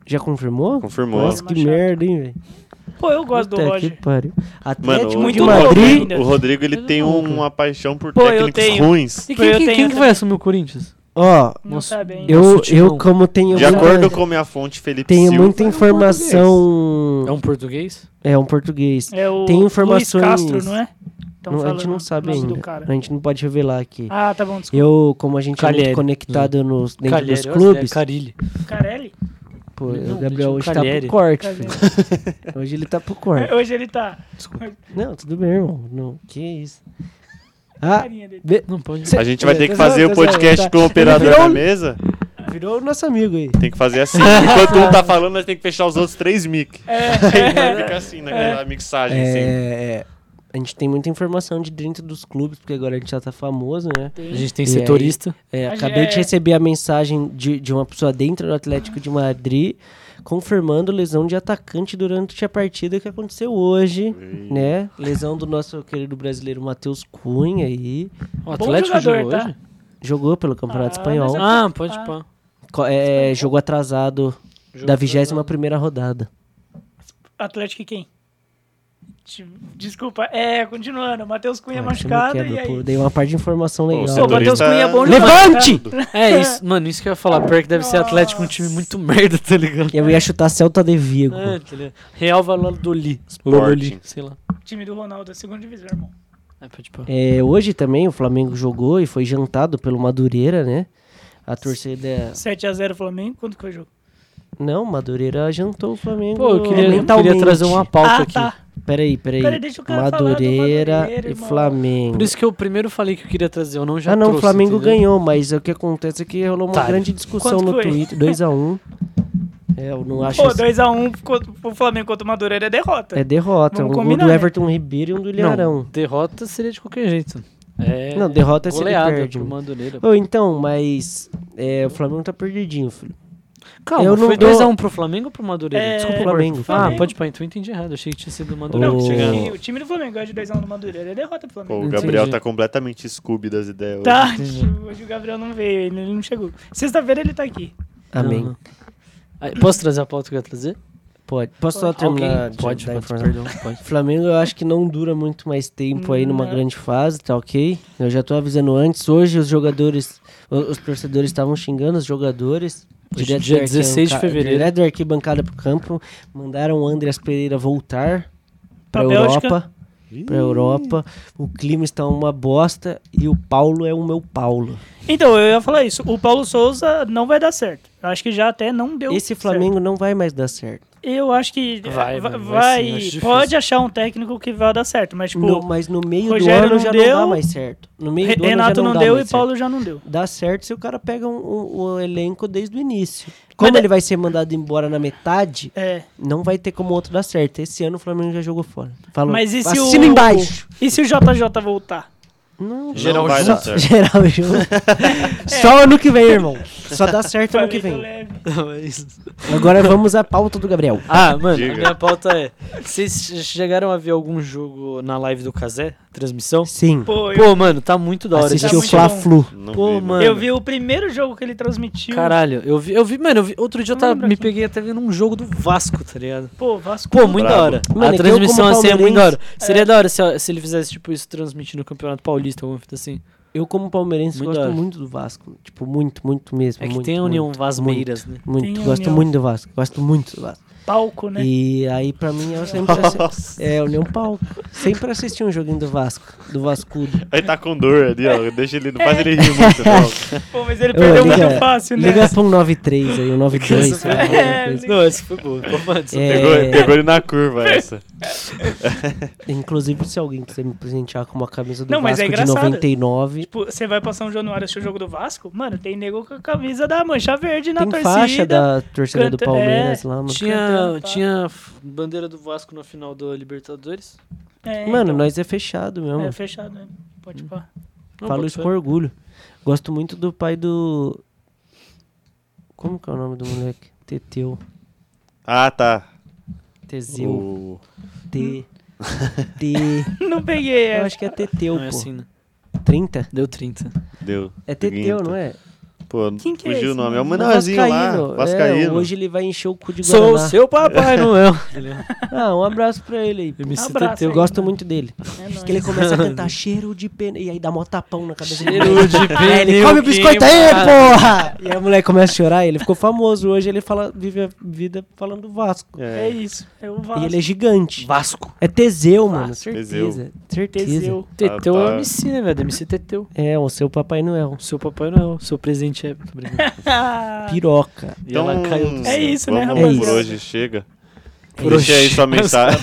[SPEAKER 2] Já confirmou?
[SPEAKER 4] Confirmou.
[SPEAKER 2] Nossa, que
[SPEAKER 3] Machado.
[SPEAKER 2] merda, hein, velho?
[SPEAKER 3] Pô, eu gosto é do
[SPEAKER 2] Puta que
[SPEAKER 3] Roger.
[SPEAKER 2] pariu.
[SPEAKER 4] Mano,
[SPEAKER 2] Atlético
[SPEAKER 4] o,
[SPEAKER 3] muito
[SPEAKER 2] é de
[SPEAKER 4] o
[SPEAKER 3] louco,
[SPEAKER 2] Madrid.
[SPEAKER 3] hein? ainda.
[SPEAKER 4] o Rodrigo ele tem um,
[SPEAKER 2] louco.
[SPEAKER 4] uma paixão por
[SPEAKER 3] Pô, eu
[SPEAKER 4] técnicos
[SPEAKER 3] tenho.
[SPEAKER 4] ruins.
[SPEAKER 1] E
[SPEAKER 3] Foi,
[SPEAKER 1] quem,
[SPEAKER 3] eu
[SPEAKER 1] quem-
[SPEAKER 3] tenho
[SPEAKER 1] quem que
[SPEAKER 3] outra-
[SPEAKER 1] vai assumir o Corinthians?
[SPEAKER 2] Ó,
[SPEAKER 3] Não
[SPEAKER 1] Nossa,
[SPEAKER 3] sabe ainda.
[SPEAKER 2] eu,
[SPEAKER 1] Nossa,
[SPEAKER 2] eu
[SPEAKER 3] tipo,
[SPEAKER 1] Timão.
[SPEAKER 2] como tenho.
[SPEAKER 4] De
[SPEAKER 2] muita-
[SPEAKER 4] acordo com minha fonte, Felipe
[SPEAKER 2] Tenho
[SPEAKER 4] Silva.
[SPEAKER 2] muita informação.
[SPEAKER 1] É um português?
[SPEAKER 2] É um português.
[SPEAKER 3] É o
[SPEAKER 2] Tem
[SPEAKER 3] Luiz
[SPEAKER 2] informações-
[SPEAKER 3] Castro, não é? Tão
[SPEAKER 2] Não, a gente
[SPEAKER 3] falando
[SPEAKER 2] não sabe
[SPEAKER 3] o nome do
[SPEAKER 2] ainda.
[SPEAKER 3] cara.
[SPEAKER 2] A gente não pode revelar aqui.
[SPEAKER 3] Ah, tá bom, desculpa. Hum.
[SPEAKER 2] Eu, como a gente é
[SPEAKER 1] Calheri.
[SPEAKER 2] muito conectado nos, dentro
[SPEAKER 1] Calheri,
[SPEAKER 2] dos
[SPEAKER 1] olha,
[SPEAKER 2] clubes,
[SPEAKER 1] é Carilli.
[SPEAKER 3] Carelli?
[SPEAKER 2] pô,
[SPEAKER 1] Não,
[SPEAKER 2] o
[SPEAKER 1] ele
[SPEAKER 2] Gabriel hoje
[SPEAKER 1] chama
[SPEAKER 2] tá
[SPEAKER 1] Calheri.
[SPEAKER 2] pro corte,
[SPEAKER 3] Calheri.
[SPEAKER 2] filho. Hoje ele tá pro corte.
[SPEAKER 3] Hoje ele tá.
[SPEAKER 2] Não, tudo bem, irmão. Não, que isso. Ah,
[SPEAKER 3] tá Carinha dele.
[SPEAKER 2] be-
[SPEAKER 1] Não pode.
[SPEAKER 4] A gente vai ter que
[SPEAKER 2] Exato,
[SPEAKER 4] fazer o
[SPEAKER 2] exato,
[SPEAKER 4] podcast
[SPEAKER 2] tá.
[SPEAKER 4] com o operador
[SPEAKER 2] Virou-
[SPEAKER 4] na mesa.
[SPEAKER 2] virou o nosso amigo aí.
[SPEAKER 4] Tem que fazer assim. Enquanto um tá falando, nós tem que fechar os outros três mic.
[SPEAKER 3] É.
[SPEAKER 4] Aí vai ficar assim naquela mixagem. assim.
[SPEAKER 2] É, a gente tem muita informação de dentro dos clubes, porque agora a gente já tá famoso, né?
[SPEAKER 1] A gente tem
[SPEAKER 2] E
[SPEAKER 1] setorista.
[SPEAKER 2] É,
[SPEAKER 3] Mas
[SPEAKER 2] acabei
[SPEAKER 3] é-
[SPEAKER 2] de receber a mensagem de, de uma pessoa dentro do Atlético de Madrid confirmando lesão de atacante durante a partida que aconteceu hoje, né? Lesão do nosso querido brasileiro Matheus Cunha aí.
[SPEAKER 1] O Atlético
[SPEAKER 3] jogador,
[SPEAKER 1] jogou
[SPEAKER 3] tá?
[SPEAKER 1] hoje?
[SPEAKER 2] Jogou pelo Campeonato
[SPEAKER 3] Ah,
[SPEAKER 2] Espanhol.
[SPEAKER 3] mas
[SPEAKER 1] Ah, pode
[SPEAKER 3] Ah.
[SPEAKER 1] pá.
[SPEAKER 2] Co- é, jogo atrasado da 21 primeira rodada.
[SPEAKER 3] Atlético e quem? Te- Desculpa. É, continuando. Matheus
[SPEAKER 1] É
[SPEAKER 3] Cunha
[SPEAKER 2] Ah, você me
[SPEAKER 3] machucado
[SPEAKER 2] quebra,
[SPEAKER 3] e aí.
[SPEAKER 2] pô. Dei uma parte de informação legal.
[SPEAKER 4] Pô,
[SPEAKER 3] Pô, Matheus
[SPEAKER 4] Setorista-
[SPEAKER 3] Cunha é bom demais.
[SPEAKER 2] Levante!
[SPEAKER 1] É isso, mano, isso que eu ia falar. Pior que deve ser Atlético um time muito merda, tá ligado?
[SPEAKER 2] Eu ia chutar Celta de Vigo.
[SPEAKER 1] É, tá ligado? Real Valladolid.
[SPEAKER 4] Sporting.
[SPEAKER 1] Lololi, sei lá.
[SPEAKER 3] tá? Time do Ronaldo, é segunda divisão, irmão.
[SPEAKER 1] É, pode pá.
[SPEAKER 2] É, hoje também o Flamengo jogou e foi jantado pelo Madureira, né? A torcida é-
[SPEAKER 3] 7x0 Flamengo, quanto que foi o jogo?
[SPEAKER 2] Não, Madureira jantou o Flamengo.
[SPEAKER 1] Pô, eu queria, eu queria
[SPEAKER 2] mentalmente. Ah,
[SPEAKER 1] trazer uma pauta aqui.
[SPEAKER 3] tá.
[SPEAKER 2] Peraí, peraí.
[SPEAKER 3] Peraí, deixa o cara falar do
[SPEAKER 2] Madureira,
[SPEAKER 3] Madureira,
[SPEAKER 2] e
[SPEAKER 3] irmão.
[SPEAKER 2] Flamengo.
[SPEAKER 1] Por isso que eu primeiro falei que eu queria trazer, eu não já
[SPEAKER 2] ah, não, o
[SPEAKER 1] trouxe,
[SPEAKER 2] Flamengo
[SPEAKER 1] entendeu? Tá.
[SPEAKER 2] ganhou, mas o que acontece é que rolou uma
[SPEAKER 1] Otário.
[SPEAKER 2] grande discussão
[SPEAKER 3] Quanto
[SPEAKER 2] no
[SPEAKER 3] foi?
[SPEAKER 2] Twitter. 2x1. É, eu não acho.
[SPEAKER 3] Pô,
[SPEAKER 2] isso-
[SPEAKER 3] 2x1 contra- pro Flamengo contra o Madureira é derrota.
[SPEAKER 2] É derrota.
[SPEAKER 3] Vamos
[SPEAKER 2] Um gol
[SPEAKER 3] combinar,
[SPEAKER 2] do
[SPEAKER 3] né?
[SPEAKER 2] Everton Ribeiro e um do Ilharão.
[SPEAKER 1] Não, derrota seria de qualquer jeito. É,
[SPEAKER 2] Não, derrota é se ele
[SPEAKER 1] goleada
[SPEAKER 2] perde,
[SPEAKER 1] pro
[SPEAKER 2] mano.
[SPEAKER 1] Madureira.
[SPEAKER 2] Ô, então, mas. é, o Flamengo tá perdidinho, filho.
[SPEAKER 1] Calma,
[SPEAKER 2] eu não
[SPEAKER 1] foi
[SPEAKER 2] dou-
[SPEAKER 1] 2x1 pro Flamengo ou pro Madureira?
[SPEAKER 3] É,
[SPEAKER 1] Desculpa,
[SPEAKER 2] Flamengo.
[SPEAKER 1] Roberto.
[SPEAKER 3] Flamengo.
[SPEAKER 1] Ah, pode pá, então eu entendi errado. Achei que tinha sido o Madureira.
[SPEAKER 3] Não,
[SPEAKER 2] Ô.
[SPEAKER 3] o time,
[SPEAKER 4] Chegando.
[SPEAKER 3] o time do Flamengo ganha de 2x1 do Madureira é derrota pro
[SPEAKER 4] Pô,
[SPEAKER 3] Flamengo.
[SPEAKER 4] o Gabriel
[SPEAKER 1] Entendi.
[SPEAKER 4] tá completamente Scooby das ideias. hoje.
[SPEAKER 3] Tá,
[SPEAKER 1] Entendi.
[SPEAKER 3] hoje o Gabriel não veio, ele não chegou. Sexta-feira ele tá aqui.
[SPEAKER 2] Amém.
[SPEAKER 1] Não. Ah, Posso trazer a pauta que eu ia trazer?
[SPEAKER 2] Pode. Posso só terminar de
[SPEAKER 1] Pode,
[SPEAKER 2] dar né?
[SPEAKER 1] pode,
[SPEAKER 2] informação?
[SPEAKER 1] perdão, pode.
[SPEAKER 2] Flamengo eu acho que não dura muito mais tempo aí numa
[SPEAKER 3] Não.
[SPEAKER 2] grande fase, tá ok? Eu já tô avisando antes, hoje os jogadores, o- os torcedores estavam xingando os jogadores.
[SPEAKER 1] Hoje, é
[SPEAKER 2] direto
[SPEAKER 1] dia
[SPEAKER 2] da
[SPEAKER 1] 16 de
[SPEAKER 2] arquibanca-
[SPEAKER 1] fevereiro.
[SPEAKER 2] Direto da arquibancada pro campo, mandaram o Andreas Pereira voltar pra,
[SPEAKER 3] Pra Bélgica.
[SPEAKER 2] Europa. Pra Europa, o clima está uma bosta e o Paulo é o meu Paulo.
[SPEAKER 3] Então, eu ia falar isso. O Paulo Souza não vai dar certo. Eu acho que já até não deu
[SPEAKER 2] Esse
[SPEAKER 3] certo.
[SPEAKER 2] Flamengo não vai mais dar certo.
[SPEAKER 3] Eu acho que
[SPEAKER 1] Vai,
[SPEAKER 3] vai, vai,
[SPEAKER 1] mano, vai sim, acho difícil.
[SPEAKER 3] pode achar um técnico que vai dar certo, mas tipo,
[SPEAKER 2] No- mas no meio
[SPEAKER 3] Rogério
[SPEAKER 2] do ano
[SPEAKER 3] não
[SPEAKER 2] já
[SPEAKER 3] deu,
[SPEAKER 2] não dá mais certo. No meio
[SPEAKER 3] Re-
[SPEAKER 2] do ano já
[SPEAKER 3] Renato
[SPEAKER 2] não,
[SPEAKER 3] não, é.
[SPEAKER 2] dá
[SPEAKER 3] deu
[SPEAKER 2] mais
[SPEAKER 3] e Paulo já não deu.
[SPEAKER 2] certo. Dá certo se o cara pega um- um- o elenco desde o início. Como
[SPEAKER 3] da-
[SPEAKER 2] ele vai ser mandado embora na metade,
[SPEAKER 3] É.
[SPEAKER 2] não vai ter como outro dar certo. Esse ano o Flamengo já jogou fora. Falou,
[SPEAKER 3] Mas e se o
[SPEAKER 2] assina embaixo.
[SPEAKER 3] E se o JJ voltar?
[SPEAKER 2] Não,
[SPEAKER 4] Geral
[SPEAKER 1] Geral
[SPEAKER 4] não vai dar
[SPEAKER 1] junto.
[SPEAKER 4] certo.
[SPEAKER 2] geral junto. Só ano que vem, irmão. Só dá certo ano que vem. é Agora vamos à pauta do Gabriel.
[SPEAKER 1] Ah, mano,
[SPEAKER 4] Diga.
[SPEAKER 1] a minha pauta é. Vocês chegaram a ver algum jogo na live do Kazé? Transmissão?
[SPEAKER 2] Sim,
[SPEAKER 3] Pô, eu,
[SPEAKER 1] Pô, mano, tá muito da hora. esse
[SPEAKER 2] assistiu o
[SPEAKER 3] tá
[SPEAKER 1] jogo.
[SPEAKER 3] muito
[SPEAKER 2] Fla-Flu.
[SPEAKER 4] Não
[SPEAKER 1] Pô,
[SPEAKER 4] vi, não.
[SPEAKER 1] mano.
[SPEAKER 3] eu vi o primeiro jogo que ele transmitiu.
[SPEAKER 1] Caralho, eu vi, eu vi, mano, eu vi- outro dia eu
[SPEAKER 3] Não
[SPEAKER 1] tava,
[SPEAKER 3] lembro
[SPEAKER 1] me
[SPEAKER 3] aqui.
[SPEAKER 1] peguei até vendo um jogo do Vasco, tá ligado?
[SPEAKER 3] Pô, Vasco.
[SPEAKER 1] Pô, muito
[SPEAKER 4] Brabo.
[SPEAKER 1] da hora.
[SPEAKER 2] Mano, é que
[SPEAKER 1] a
[SPEAKER 2] eu,
[SPEAKER 1] transmissão
[SPEAKER 2] como
[SPEAKER 1] assim é muito da hora.
[SPEAKER 2] palmeirense-
[SPEAKER 1] Seria da hora se, se ele fizesse, tipo, isso transmitindo no Campeonato Paulista, alguma fita assim.
[SPEAKER 2] Eu, como palmeirense,
[SPEAKER 1] Muito da
[SPEAKER 2] gosto
[SPEAKER 1] hora.
[SPEAKER 2] muito do Vasco. Tipo, muito, muito mesmo.
[SPEAKER 1] É que
[SPEAKER 2] muito,
[SPEAKER 1] tem a União
[SPEAKER 2] muito,
[SPEAKER 1] Vasmeiras, né?
[SPEAKER 2] Muito,
[SPEAKER 3] Tem a
[SPEAKER 2] gosto
[SPEAKER 3] União.
[SPEAKER 2] muito do Vasco. Gosto muito do Vasco.
[SPEAKER 3] palco, né?
[SPEAKER 2] E aí, pra mim, eu sempre.
[SPEAKER 4] Nossa.
[SPEAKER 2] É, União Pau. Sempre assisti um joguinho do Vasco, do Vascudo.
[SPEAKER 4] Ele tá com dor ali, ó. Deixa ele, não faz ele rir
[SPEAKER 2] É.
[SPEAKER 4] muito, não.
[SPEAKER 3] Pô, mas ele
[SPEAKER 2] Ô,
[SPEAKER 3] perdeu
[SPEAKER 2] liga-
[SPEAKER 3] muito fácil, né?
[SPEAKER 2] Liga pra um 93 aí, um 92. sei lá, alguma coisa.
[SPEAKER 1] né? Não, essa foi boa. Pô, mano, você
[SPEAKER 2] É.
[SPEAKER 4] Pegou, pegou ele na curva essa.
[SPEAKER 2] Inclusive, se alguém quiser me presentear com uma camisa do
[SPEAKER 3] Não, mas
[SPEAKER 2] Vasco
[SPEAKER 3] é
[SPEAKER 2] de
[SPEAKER 3] engraçado.
[SPEAKER 2] 99,
[SPEAKER 3] Tipo, você vai passar um Januário assistir o jogo do Vasco? Mano, tem nego com a camisa da Mancha Verde na
[SPEAKER 2] tem
[SPEAKER 3] torcida.
[SPEAKER 2] faixa da torcida do
[SPEAKER 3] canta- é,
[SPEAKER 2] Palmeiras lá, mano.
[SPEAKER 1] Tinha,
[SPEAKER 3] Cantando, tá.
[SPEAKER 1] tinha f- bandeira do Vasco na final da Libertadores.
[SPEAKER 3] É,
[SPEAKER 2] Mano,
[SPEAKER 3] então,
[SPEAKER 2] nós é fechado mesmo.
[SPEAKER 3] É fechado, né? Pode pá.
[SPEAKER 1] Não,
[SPEAKER 2] Falo
[SPEAKER 1] bota
[SPEAKER 2] isso
[SPEAKER 1] fé.
[SPEAKER 2] com orgulho. Gosto muito do pai do. Como que é o nome do moleque? Teteu.
[SPEAKER 4] Ah, tá.
[SPEAKER 2] Teseu.
[SPEAKER 4] O...
[SPEAKER 2] T. T.
[SPEAKER 3] Não peguei
[SPEAKER 2] Eu
[SPEAKER 3] essa.
[SPEAKER 2] acho que é Teteu,
[SPEAKER 1] Não,
[SPEAKER 2] pô.
[SPEAKER 1] é assim, né?
[SPEAKER 2] 30?
[SPEAKER 1] Deu 30.
[SPEAKER 4] Deu.
[SPEAKER 2] É Teteu, não é?
[SPEAKER 4] Pô,
[SPEAKER 3] Quem que é esse,
[SPEAKER 4] fugiu o nome. É o
[SPEAKER 3] mano?
[SPEAKER 4] menorzinho lá.
[SPEAKER 2] É,
[SPEAKER 4] Vascaíno.
[SPEAKER 2] hoje ele vai encher o cu de
[SPEAKER 1] Sou o
[SPEAKER 2] Guaraná.
[SPEAKER 1] seu papai, Noel.
[SPEAKER 2] Ah, um abraço pra ele aí. pô.
[SPEAKER 1] MC
[SPEAKER 3] Abraço
[SPEAKER 1] Teteu. Então
[SPEAKER 2] Eu gosto muito dele.
[SPEAKER 3] É
[SPEAKER 2] Diz que ele começa a cantar cheiro de pena. E aí dá mó tapão na cabeça dele.
[SPEAKER 1] Cheiro de
[SPEAKER 2] Aí ele
[SPEAKER 1] pneu
[SPEAKER 2] come o biscoito aí,
[SPEAKER 1] queimado.
[SPEAKER 2] porra! E aí a mulher começa a chorar. e Ele ficou famoso hoje. Ele fala, vive a vida falando do Vasco.
[SPEAKER 3] É isso. É o Vasco.
[SPEAKER 2] E ele é gigante.
[SPEAKER 1] Vasco.
[SPEAKER 2] É Teseu, mano.
[SPEAKER 4] Teseu.
[SPEAKER 2] Certeza. Certeza.
[SPEAKER 3] Teseu.
[SPEAKER 1] Teteu
[SPEAKER 4] Ah,
[SPEAKER 1] é
[SPEAKER 4] tá.
[SPEAKER 1] o MC, né, velho? MC Teteu.
[SPEAKER 2] É, o seu Papai Noel.
[SPEAKER 1] Seu Papai Noel. Seu presente é. Tô brincando.
[SPEAKER 3] Ah,
[SPEAKER 2] Piroca.
[SPEAKER 1] E
[SPEAKER 4] Então,
[SPEAKER 1] ela caiu do
[SPEAKER 3] É
[SPEAKER 1] céu.
[SPEAKER 3] isso, né,
[SPEAKER 4] Vamos
[SPEAKER 2] rapaz?
[SPEAKER 4] por
[SPEAKER 2] É isso.
[SPEAKER 4] hoje, chega.
[SPEAKER 1] Por hoje.
[SPEAKER 4] Deixa aí sua mensagem.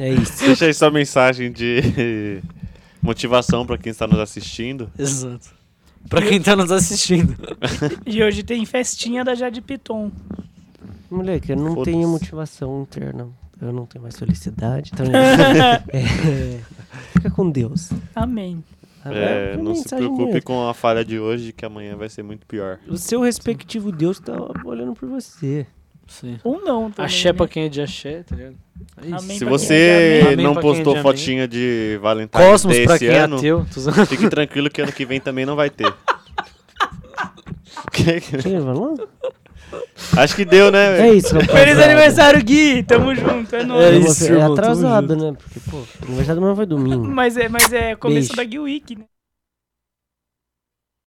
[SPEAKER 2] É isso.
[SPEAKER 4] Deixa aí sua mensagem de motivação pra quem está nos assistindo.
[SPEAKER 1] Exato. Pra quem tá nos assistindo.
[SPEAKER 3] e hoje tem festinha da Jade Piton.
[SPEAKER 2] Moleque, eu não
[SPEAKER 4] Foda-se.
[SPEAKER 2] tenho motivação interna. Eu não tenho mais felicidade. Então... é... Fica com Deus.
[SPEAKER 3] Amém.
[SPEAKER 4] É,
[SPEAKER 2] Agora,
[SPEAKER 4] não se
[SPEAKER 2] Tá mensagem
[SPEAKER 4] preocupe
[SPEAKER 2] mesmo.
[SPEAKER 4] com a falha de hoje, que amanhã vai ser muito pior.
[SPEAKER 2] O seu respectivo Deus tá olhando por você.
[SPEAKER 1] Sim.
[SPEAKER 3] Ou não também.
[SPEAKER 1] Axé
[SPEAKER 3] né?
[SPEAKER 1] pra quem é de axé, tá ligado? É isso.
[SPEAKER 3] Amém
[SPEAKER 4] Se
[SPEAKER 3] pra quem é de
[SPEAKER 4] você
[SPEAKER 1] amém.
[SPEAKER 4] não
[SPEAKER 1] Amém pra quem é de
[SPEAKER 4] postou
[SPEAKER 1] amém.
[SPEAKER 4] fotinha de Valentine's
[SPEAKER 1] Cosmos
[SPEAKER 4] Day
[SPEAKER 1] pra
[SPEAKER 4] tá esse
[SPEAKER 1] quem é
[SPEAKER 4] ano,
[SPEAKER 1] ateu. Tô zoando.
[SPEAKER 4] fique tranquilo que ano que vem também não vai ter. Que-
[SPEAKER 2] Quem falou?
[SPEAKER 4] Acho que deu, né?
[SPEAKER 2] É
[SPEAKER 4] velho?
[SPEAKER 2] isso, rapaziada.
[SPEAKER 3] Feliz aniversário, Gui! Tamo junto, é nóis.
[SPEAKER 1] É
[SPEAKER 2] É,
[SPEAKER 1] isso, irmão, tamo
[SPEAKER 2] atrasado,
[SPEAKER 1] junto.
[SPEAKER 2] né? Porque, pô, aniversário amanhã vai domingo.
[SPEAKER 3] Mas é, mas é começo
[SPEAKER 2] Beijo.
[SPEAKER 3] da Gui Week, né?